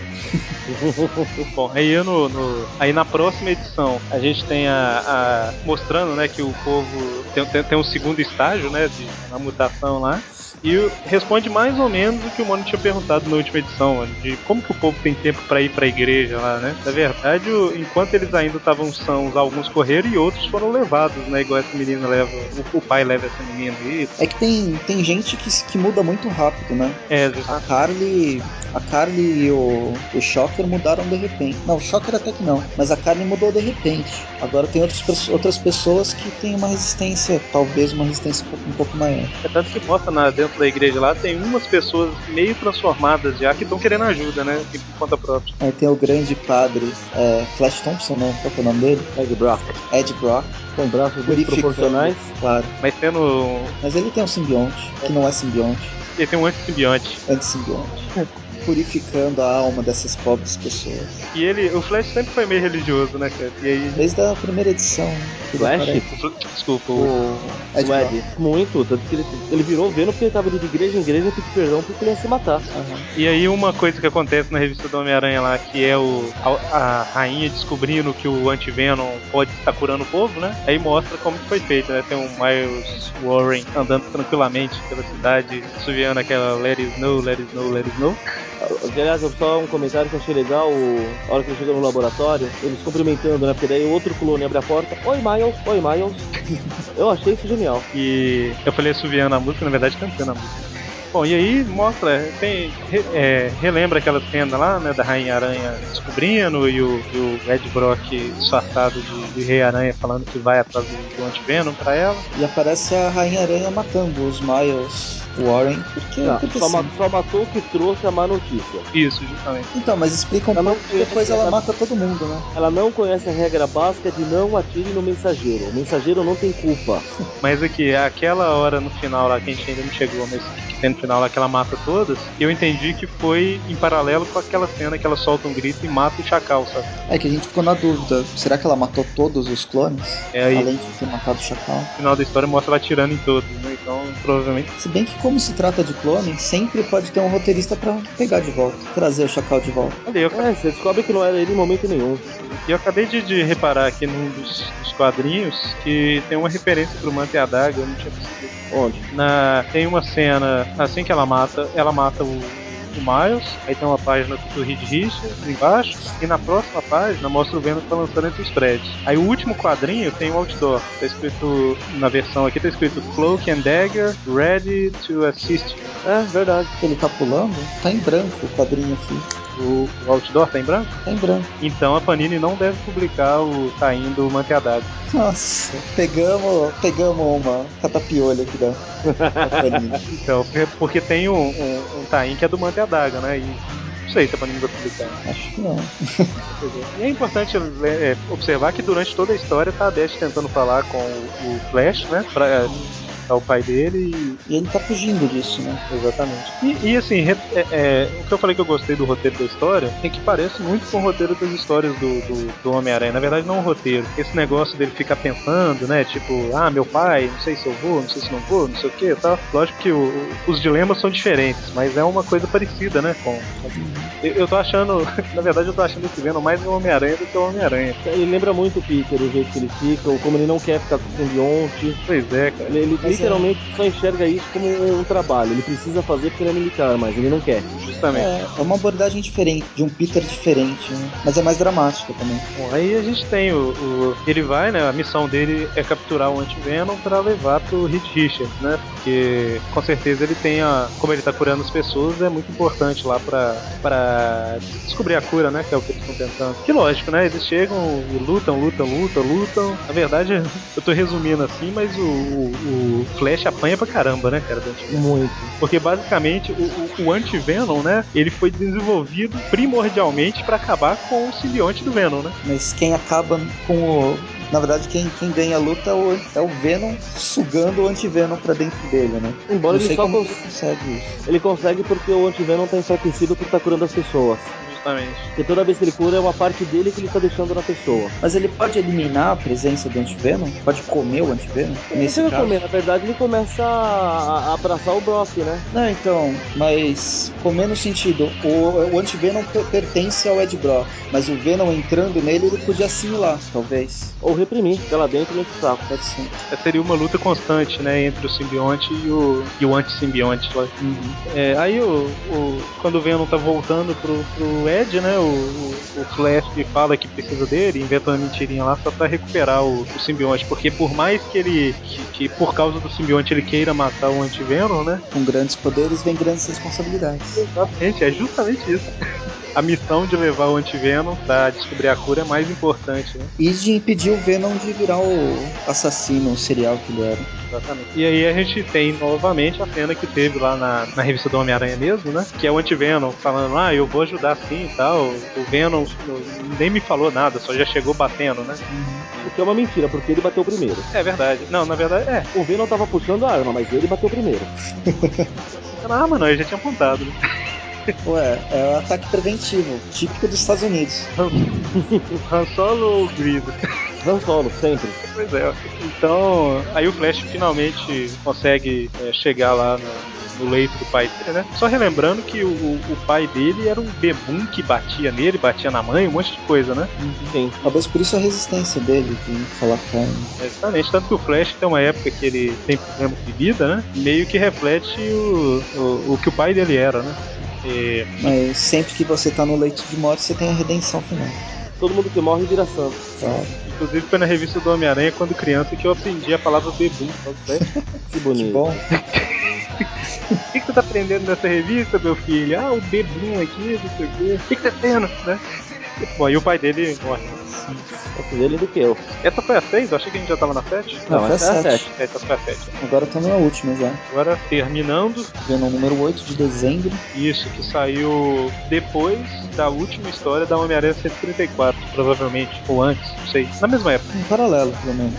S1: Bom, aí, eu no, no- aí na próxima edição a gente tem a, a- mostrando né, que o povo tem, tem, tem um segundo estágio né, de, na mutação lá. E o- responde mais ou menos o que o Mono tinha perguntado na última edição, mano, de como que o povo tem tempo pra ir pra igreja lá, né? Na verdade, o- enquanto eles ainda estavam sãos, alguns correram e outros foram levados, né? Igual essa menina leva, o, o pai leva essa menina aí.
S2: É que tem, tem gente que, se- que muda muito rápido, né?
S1: É,
S2: A Carly. A Carly e o, o Shocker mudaram de repente. Não, o Shocker até que não. Mas a Carly mudou de repente. Agora tem outros, perso- outras pessoas que têm uma resistência, talvez uma resistência um pouco, um pouco maior.
S1: É tanto que mostra na- dentro da igreja lá, tem umas pessoas meio transformadas já que estão querendo ajuda, né? E por conta própria.
S2: Aí tem o grande padre é, Flash Thompson, não, qual que é o nome dele?
S3: Ed Brock.
S2: Ed Brock,
S3: Com braços desproporcionais.
S2: claro.
S1: Mas tendo. um-
S2: Mas ele tem um simbionte, que não é simbionte,
S1: Ele tem um antissibionte.
S2: é simbionte. Purificando a alma dessas pobres pessoas.
S1: E ele. O Flash sempre foi meio religioso, né, cara? E aí.
S2: Desde a primeira edição. né, que ele
S3: Flash?
S2: aparece.
S1: o Fl- Desculpa, o
S2: O Ed
S3: O
S2: Brock.
S3: Ed, muito, tanto que ele, ele virou vendo porque ele tava indo de igreja em igreja pedir perdão porque ele ia se matar.
S2: Aham.
S1: E aí uma coisa que acontece na revista do Homem-Aranha lá, que é o a, a rainha descobrindo que o anti-Venom pode estar curando o povo, né? Aí mostra como que foi feito, né? Tem um Miles Warren andando tranquilamente pela cidade, subiando aquela Let It Snow, Let It Snow, Let It Snow.
S3: Aliás, só um comentário que eu achei legal, o- a hora que ele chega no laboratório, eles cumprimentando, né? Porque daí o outro clone abre a porta, oi Miles, oi Miles. eu achei isso genial.
S1: E eu falei subiando a música, na verdade cantando a música. Bom, e aí mostra, tem, re- é, relembra aquela cena lá, né, da Rainha Aranha descobrindo e o, e o Ed Brock disfarçado de, de Rei Aranha falando que vai atrás do, do anti-Venom pra ela.
S2: E aparece a Rainha Aranha matando os Miles Warren. Porque,
S3: Não,
S2: porque
S3: Tá, só, ma-
S2: sim.
S3: só matou o que trouxe a má notícia.
S1: Isso, justamente.
S2: Então, mas explica um
S3: Ela não
S2: pouco que depois
S3: conhece,
S2: ela
S3: ela-
S2: mata todo mundo, né?
S3: Ela não conhece a regra básica de não atire no mensageiro. O mensageiro não tem culpa.
S1: Mas aqui, aquela hora no final lá, que a gente ainda não chegou, mas que que tem no final lá que ela mata todas, eu entendi que foi em paralelo com aquela cena que ela solta um grito e mata o chacal, sabe?
S2: É que a gente ficou na dúvida. Será que ela matou todos os clones?
S1: É aí.
S2: Além de ter matado o Chacal.
S1: No final da história mostra ela atirando em todos, né? Então, provavelmente.
S2: Se bem que como se trata de clone, sempre pode ter um roteirista pra pegar de volta. Trazer o Chacal de volta.
S1: Olha, eu,
S3: É, você descobre que não era ele em momento nenhum.
S1: e eu acabei de, de reparar aqui num dos, dos quadrinhos que tem uma referência pro Manta e a Daga, eu não tinha percebido.
S3: Onde?
S1: Na, tem uma cena, assim que ela mata, ela mata o, o Miles, aí tem uma página do Reed Richards embaixo, e na próxima página mostra o Venom que tá lançando entre os prédios. Aí o último quadrinho tem um outdoor, tá escrito, na versão aqui tá escrito Cloak and Dagger, ready to assist you.
S3: É, verdade.
S2: Que ele tá pulando? Tá em branco o quadrinho aqui.
S1: O, o outdoor tá em branco?
S2: Tá em branco.
S1: Então a Panini não deve publicar o saindo o Manta e a Daga.
S2: Nossa. Pegamos, pegamos uma catapiolha aqui da, da Panini.
S1: Então, porque, porque tem um, um, um Tain que é do Manta e a Daga, né? E sei se a Panini vai publicar.
S2: Acho que não.
S1: E é importante é, observar que durante toda a história tá a Dash tentando falar com o, o Flash, né? Pra, é o pai dele e
S2: E ele tá fugindo disso, né?
S1: Exatamente. E, e, assim, re- é- é, o que eu falei que eu gostei do roteiro da história é que parece muito com o roteiro das histórias do, do, do Homem-Aranha. Na verdade, não o roteiro. Esse negócio dele ficar pensando, né? Tipo, ah, meu pai, não sei se eu vou, não sei se não vou, não sei o que tal. Lógico que o- os dilemas são diferentes, mas é uma coisa parecida, né? Com, eu, eu tô achando, na verdade, eu tô achando esse Venom mais o Homem-Aranha do que o Homem-Aranha.
S3: Ele lembra muito o Peter, o jeito que ele fica, ou como ele não quer ficar com o Bionte.
S1: Pois é, cara.
S3: Ele, ele
S2: Mas é.
S3: literalmente só enxerga isso como um trabalho. Ele precisa fazer porque ele é militar, mas ele não quer.
S1: Justamente.
S2: É, é uma abordagem diferente, de um Peter diferente, né? Mas é mais dramática também.
S1: Bom, aí a gente tem o, o- Ele vai, né? A missão dele é capturar o anti-venom pra levar pro Reed Richards, né? Porque com certeza ele tem a. Como ele tá curando as pessoas, é muito importante lá pra, pra descobrir a cura, né? Que é o que eles estão tentando. Que lógico, né? Eles chegam e lutam, lutam, lutam, lutam. Na verdade, eu tô resumindo assim, mas o, o, o Flash apanha pra caramba, né, cara? do Anti-Venom.
S3: Muito.
S1: Porque basicamente o, o, o anti-Venom, né? Ele foi desenvolvido primordialmente pra acabar com o simbionte do Venom, né?
S2: Mas quem acaba com o. Na verdade, quem, quem ganha a luta é o, é o Venom sugando o anti-Venom pra dentro dele, né?
S3: Embora
S2: não
S3: ele
S2: sei
S3: só
S2: como
S3: cons-
S2: ele consegue isso.
S3: ele consegue porque o antivenom tá enfraquecido por estar curando as pessoas.
S1: Justamente.
S3: Porque toda vez que ele cura é uma parte dele que ele tá deixando na pessoa.
S2: Mas ele pode eliminar a presença do anti-Venom? Pode comer o anti-Venom?
S3: Ele
S2: Nesse
S3: chega a
S2: caso.
S3: comer, na verdade ele começa a, a abraçar o Brock, né?
S2: Não, então, mas comer no sentido, o, o anti-Venom per- pertence ao Ed Brock, mas o Venom entrando nele ele podia assimilar, talvez.
S3: Ou reprimir, porque lá dentro ele está.
S2: Pode ser.
S1: É, seria uma luta constante, né, entre o simbionte e o, e o anti-simbionte. lá.
S3: Uhum.
S1: É, aí o, o- quando o Venom tá voltando pro, pro Ed, né, o, o, o Flash fala que precisa dele, inventa uma mentirinha lá só pra recuperar o, o simbionte, porque por mais que ele, que, que por causa do simbionte ele queira matar o anti-Venom, né,
S2: Com grandes poderes vem grandes responsabilidades.
S1: exatamente, é justamente isso. A missão de levar o anti-Venom pra descobrir a cura é mais importante, né?
S2: E de impedir o Venom de virar o assassino, o serial que ele era.
S1: Exatamente. E aí a gente tem novamente a cena que teve lá na, na revista do Homem-Aranha mesmo, né? Que é o anti-Venom falando, ah, eu vou ajudar sim e tal. O Venom o- nem me falou nada, só já chegou batendo, né?
S3: O que é uma mentira, porque ele bateu primeiro.
S1: É verdade. Não, na verdade, é.
S3: O Venom tava puxando a arma, mas ele bateu primeiro.
S1: Ah, mano, eu já tinha apontado. né?
S2: Ué, é o ataque preventivo, típico dos Estados Unidos.
S1: Han Solo ou Grido?
S3: Han Solo, sempre.
S1: Pois é. Então, aí o Flash finalmente consegue é, chegar lá no, no leito do pai dele, né? Só relembrando que o, o- o pai dele era um bebum que batia nele, batia na mãe, um monte de coisa, né?
S3: Sim.
S2: Talvez por isso a resistência dele de falar com
S1: É, Exatamente, tanto que o Flash tem uma época que ele tem problema de vida, né? Meio que reflete o, o, o que o pai dele era, né? E,
S2: Mas sempre que você tá no leito de morte, você tem a redenção final. Tá?
S3: Todo mundo que morre vira santo.
S2: Claro.
S1: inclusive foi na revista do Homem-Aranha quando criança que eu aprendi a palavra bebum. sabe, né?
S3: Que bonito.
S2: Que bom.
S1: O que, que você tá aprendendo nessa revista, meu filho? Ah, o bebum aqui, não sei o quê. O que, que você tá tendo, né? Bom, e o pai dele morre.
S3: Gosto dele do que eu.
S1: Essa foi a 6? Eu achei que a gente já tava na 7.
S2: Não, foi
S3: essa é a
S2: sete.
S3: sete.
S1: Essa foi a 7.
S2: Agora estamos na última já.
S1: Agora, terminando,
S2: Venom número 8 de dezembro.
S1: Isso, que saiu depois da última história da Homem-Aranha 134, provavelmente, ou antes, não sei, na mesma época.
S2: Em paralelo, pelo menos.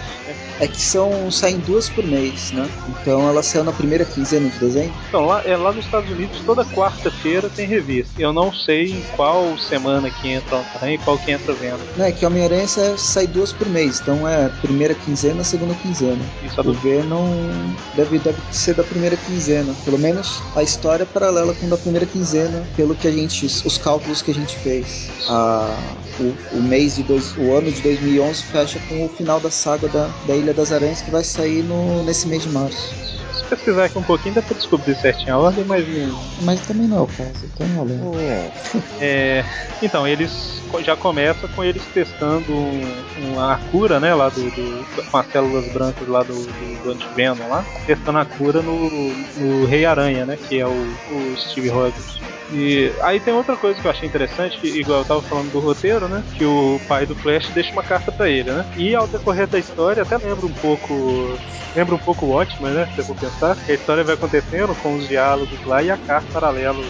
S2: É que são saem duas por mês, né? Então ela saiu na primeira quinzena de dezembro.
S1: Então, lá, é, lá nos Estados Unidos, toda quarta-feira tem revista. Eu não sei em qual semana que entra Homem-Aranha e qual que entra Venom.
S2: Né? Que Homem-Aranha sa- sai duas por mês. Então é primeira quinzena, segunda quinzena.
S1: Isso é
S2: O
S1: do...
S2: Venom deve, deve ser da primeira quinzena. Pelo menos a história é paralela com a da primeira quinzena, pelo que a gente. os cálculos que a gente fez. A, o, o mês de dois, o ano de 2011 fecha com o final da saga da, da Ilha das Aranhas, que vai sair no, nesse mês de março.
S1: Se pesquisar aqui um pouquinho, dá pra descobrir certinho a ordem, mas não.
S2: Mas também não é o caso, eu tô enrolando.
S3: É.
S1: É, Então, eles co- já começa com eles testando um, um- a cura, né, lá do, do- com as células brancas lá do, do, do anti-Venom lá, testando a cura no, no Rei Aranha, né, que é o, o Steve Rogers. E aí tem outra coisa que eu achei interessante, que igual eu tava falando do roteiro, né, que o pai do Flash deixa uma carta pra ele, né, e ao decorrer da história até lembra um pouco lembra um pouco o Watchmen, né, se eu for pensar, que a história vai acontecendo com os diálogos lá e a carta paralelo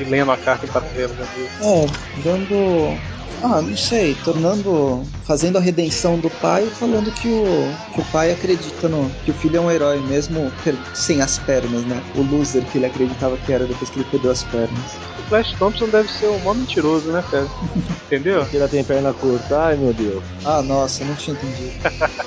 S1: e lendo a carta em papel. Né?
S2: É, dando. Ah, não sei, tornando. fazendo a redenção do pai, falando que o, que o pai acredita no. que o filho é um herói, mesmo per- sem as pernas, né? O loser que ele acreditava que era depois que ele perdeu as pernas.
S1: O Flash Thompson deve ser um mó mentiroso, né, cara? Entendeu?
S3: Porque ela tem perna curta, ai meu Deus.
S2: Ah, nossa, eu não tinha entendido.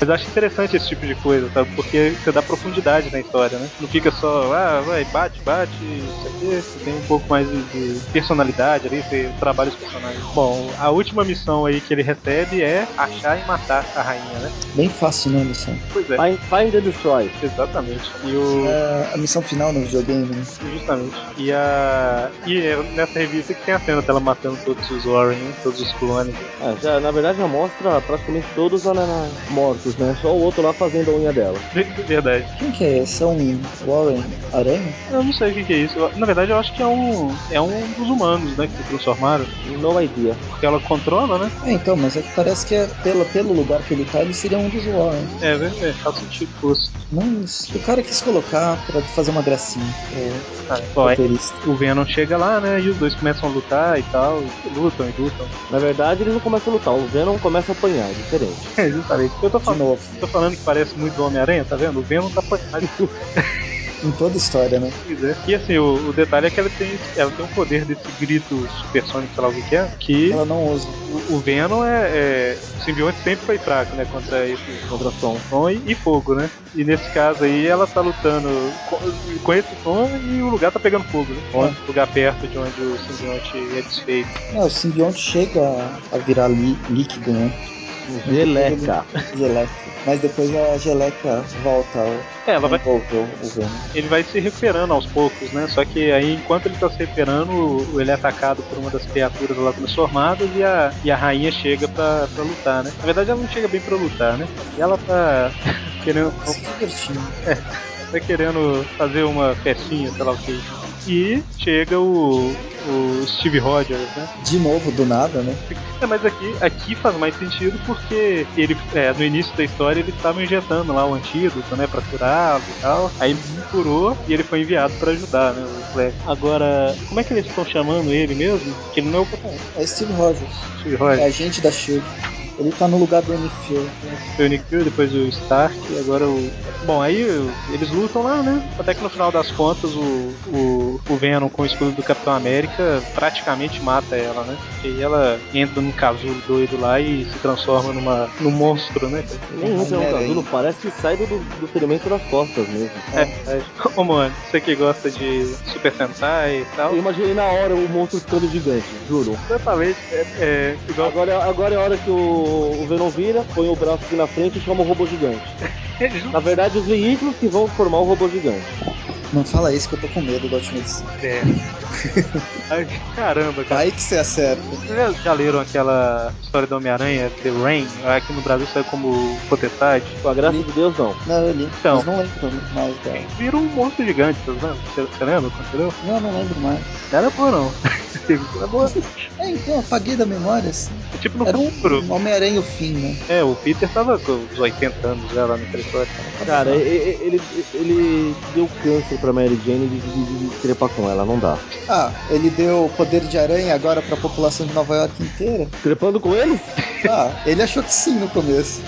S1: Mas acho interessante esse tipo de coisa, sabe? Porque você dá profundidade na história, né? Não fica só, ah, vai, bate, bate, isso aqui. Você tem um pouco mais de, de personalidade ali, você trabalha os personagens. Bom, a última missão aí que ele recebe é achar e matar a rainha, né?
S2: Bem fácil, né, missão?
S1: Pois é,
S3: Find, find and destroy.
S1: exatamente. E o.
S2: É, a missão final no videogame, né?
S1: Justamente. E a. E é nessa revista que tem a cena dela matando todos os Warren, né? todos os clones.
S3: Ah, já, na verdade já mostra praticamente todos lá na- na- mortos, né? Só o outro lá fazendo a unha dela.
S1: Verdade.
S2: Quem que é? Esse é um Warren Aranha?
S1: Eu não sei o que, que é isso. Eu- Na verdade, eu acho que é um, é um dos humanos, né? Que se transformaram.
S3: No idea.
S1: Porque ela controla, né?
S2: É, então, mas é que parece que é pelo, pelo lugar que ele tá, ele seria um dos Warren.
S1: É, é, é faz sentido que fosse.
S2: Mas o cara quis colocar pra fazer uma gracinha. É,
S1: Ah, bom, aí
S2: roteirista.
S1: o Venom chega lá, né? E os dois começam a lutar e tal. E lutam e lutam.
S3: Na verdade eles não começam a lutar, o Venom começa a apanhar, é diferente.
S1: É, justamente. Eu tô
S2: De
S1: falando.
S2: novo,
S1: Tô falando que parece muito do Homem-Aranha, tá vendo? O Venom tá apanhado
S2: em toda história, né?
S1: quiser. E assim, o, o detalhe é que ela tem, esse- ela tem um poder desse grito supersônico, sei lá o que que é, que
S2: Ela não usa.
S1: o, o Venom é, é. O simbionte sempre foi fraco, né? Contra esse
S3: Contra som.
S1: som e, e fogo, né? E nesse caso aí ela tá lutando com, com esse som e o lugar tá pegando fogo, né?
S2: É.
S1: Um lugar perto de onde o simbionte é desfeito.
S2: É, o simbionte chega a, a virar li, líquido, né?
S3: Geleca.
S2: Geleca. Mas depois a geleca volta ao.
S1: É, ela vai,
S2: envolveu o Venom.
S1: ele vai se recuperando aos poucos, né? Só que aí enquanto ele tá se recuperando, o- ele é atacado por uma das criaturas lá transformadas e a, e a rainha chega pra, pra lutar, né? Na verdade ela não chega bem pra lutar, né? E ela tá querendo.
S2: Se divertindo.
S1: tá querendo fazer uma festinha, sei lá o que. E chega o, o Steve Rogers, né?
S2: De novo, do nada, né?
S1: É, mas aqui, aqui faz mais sentido porque ele, é, no início da história eles estavam injetando lá o antídoto, né, pra curá-lo e tal. Aí ele se curou e ele foi enviado pra ajudar, né, o Flash. Agora, como é que eles estão chamando ele mesmo? Que ele não é o Capitão
S2: É Steve Rogers.
S1: Steve
S2: É
S1: Rogers.
S2: agente da Shield. Ele tá no lugar do Unifield.
S1: Foi o Nick Fury, depois o Stark e agora o... Bom, aí o- eles lutam lá, né? Até que no final das contas o, o, o Venom com o escudo do Capitão América praticamente mata ela, né? Porque aí ela entra num casulo doido lá e se transforma numa, num monstro, né? cara?
S3: Nem um entra no
S2: Homem-Aranha.
S3: casulo, parece que sai do, do ferimento das costas mesmo.
S1: É, verdade. Ô, mano, você que gosta de Super Sentai e tal,
S3: Eu imaginei na hora o monstro ficando gigante, juro.
S1: exatamente é, é igual.
S3: Agora, agora é a hora que o, o Venom vira, põe o braço aqui na frente e chama o robô gigante. Na verdade, os veículos que vão formar o robô gigante.
S2: Não fala isso que eu tô com medo da última edição.
S1: É. Ai, caramba, cara.
S2: Vai que você acerta.
S1: Vocês já, já leram aquela história do Homem-Aranha, The Rain? É, Aqui no Brasil saiu como Potestade.
S3: Com a graça de Deus, não.
S2: Não, eu li.
S1: Então.
S2: Mas não lembro mais dela.
S1: Vira um monstro gigante, vocês lembram? Você, você lembra quando você leu?
S2: Não, não lembro mais.
S1: Não era boa, não. Não era boa.
S2: É, então, apaguei da memória, assim.
S1: É tipo no
S2: Era
S1: futuro.
S2: um Homem-Aranha o fim, né?
S1: É, o Peter tava com uns 80 anos já lá naquela história.
S3: Cara, e- e- ele, ele deu câncer pra Mary Jane de, de, de trepar com ela, não dá.
S2: Ah, ele deu o poder de aranha agora pra população de Nova York inteira?
S3: Trepando com eles?
S2: Ah, ele achou que sim no começo.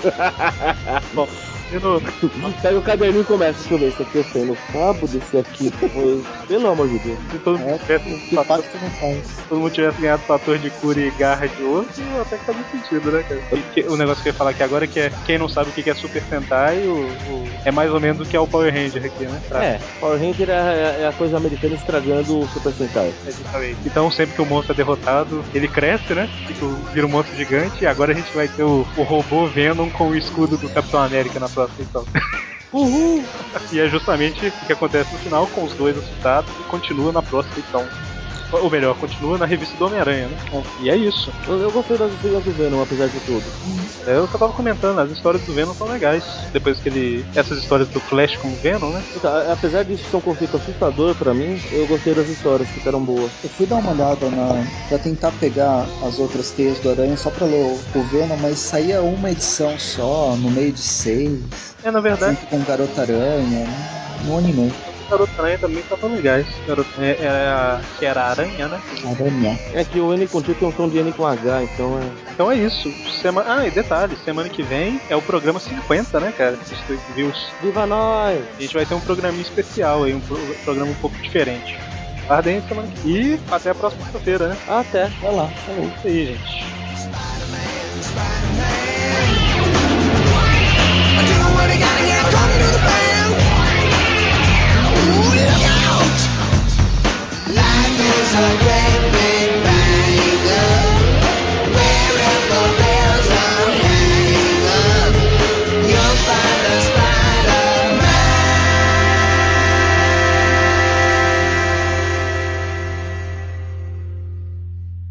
S1: E no-
S3: Pega o caderninho e começa. Deixa eu ver, esse aqui eu sei no cabo, desse aqui foi. Pelo amor de Deus.
S1: se todo mundo
S2: É,
S1: tivesse
S2: que o pacto não faz.
S1: todo mundo tivesse ganhado fator de cura e garra de osso, até que fazia sentido, né, cara? E que- o negócio que eu ia falar aqui agora é que é, quem não sabe o que é Super Sentai, o, o- é mais ou menos o que é o Power Ranger aqui, né? Pra-
S3: É, Power Ranger é, é a coisa americana estragando o Super Sentai.
S1: é justamente. Então, sempre que o monstro é derrotado, ele cresce, né? Fica, o- vira um monstro gigante, e agora a gente vai ter o, o robô Venom com o escudo do Capitão América na próxima edição.
S3: Uhul!
S1: E é justamente o que acontece no final, com os dois assustados, e continua na próxima edição. Ou melhor, continua na revista do Homem-Aranha, né?
S2: É.
S1: E é isso.
S3: Eu, eu gostei das histórias do Venom, apesar de tudo.
S1: É o que eu tava comentando, as histórias do Venom são legais. Depois que ele. Essas histórias do Flash com o Venom, né?
S3: Então, a- apesar disso ser um conceito assustador pra mim, eu gostei das histórias, ficaram boas.
S2: Eu fui dar uma olhada na. pra tentar pegar as outras teias do Aranha só pra ler o o Venom, mas saía uma edição só, no meio de seis,
S1: É, na verdade,
S2: junto com o Garota Aranha, não, não animei.
S1: Garoto Aranha também estavam legais. Garoto, é, era, que era Aranha, né?
S2: Aranha.
S3: É que o N contigo tem um som de N com H, então é.
S1: Então é isso. Sema... Ah, e detalhe, semana que vem é o programa 50, né, cara? Vocês dois viu?
S3: Viva nós!
S1: A gente vai ter um programinha especial aí, um pro- programa um pouco diferente. Guardem aí semana que E até a próxima feira né?
S3: Até, vai lá.
S1: É isso aí, gente.
S4: Spider-Man, Spider-Man.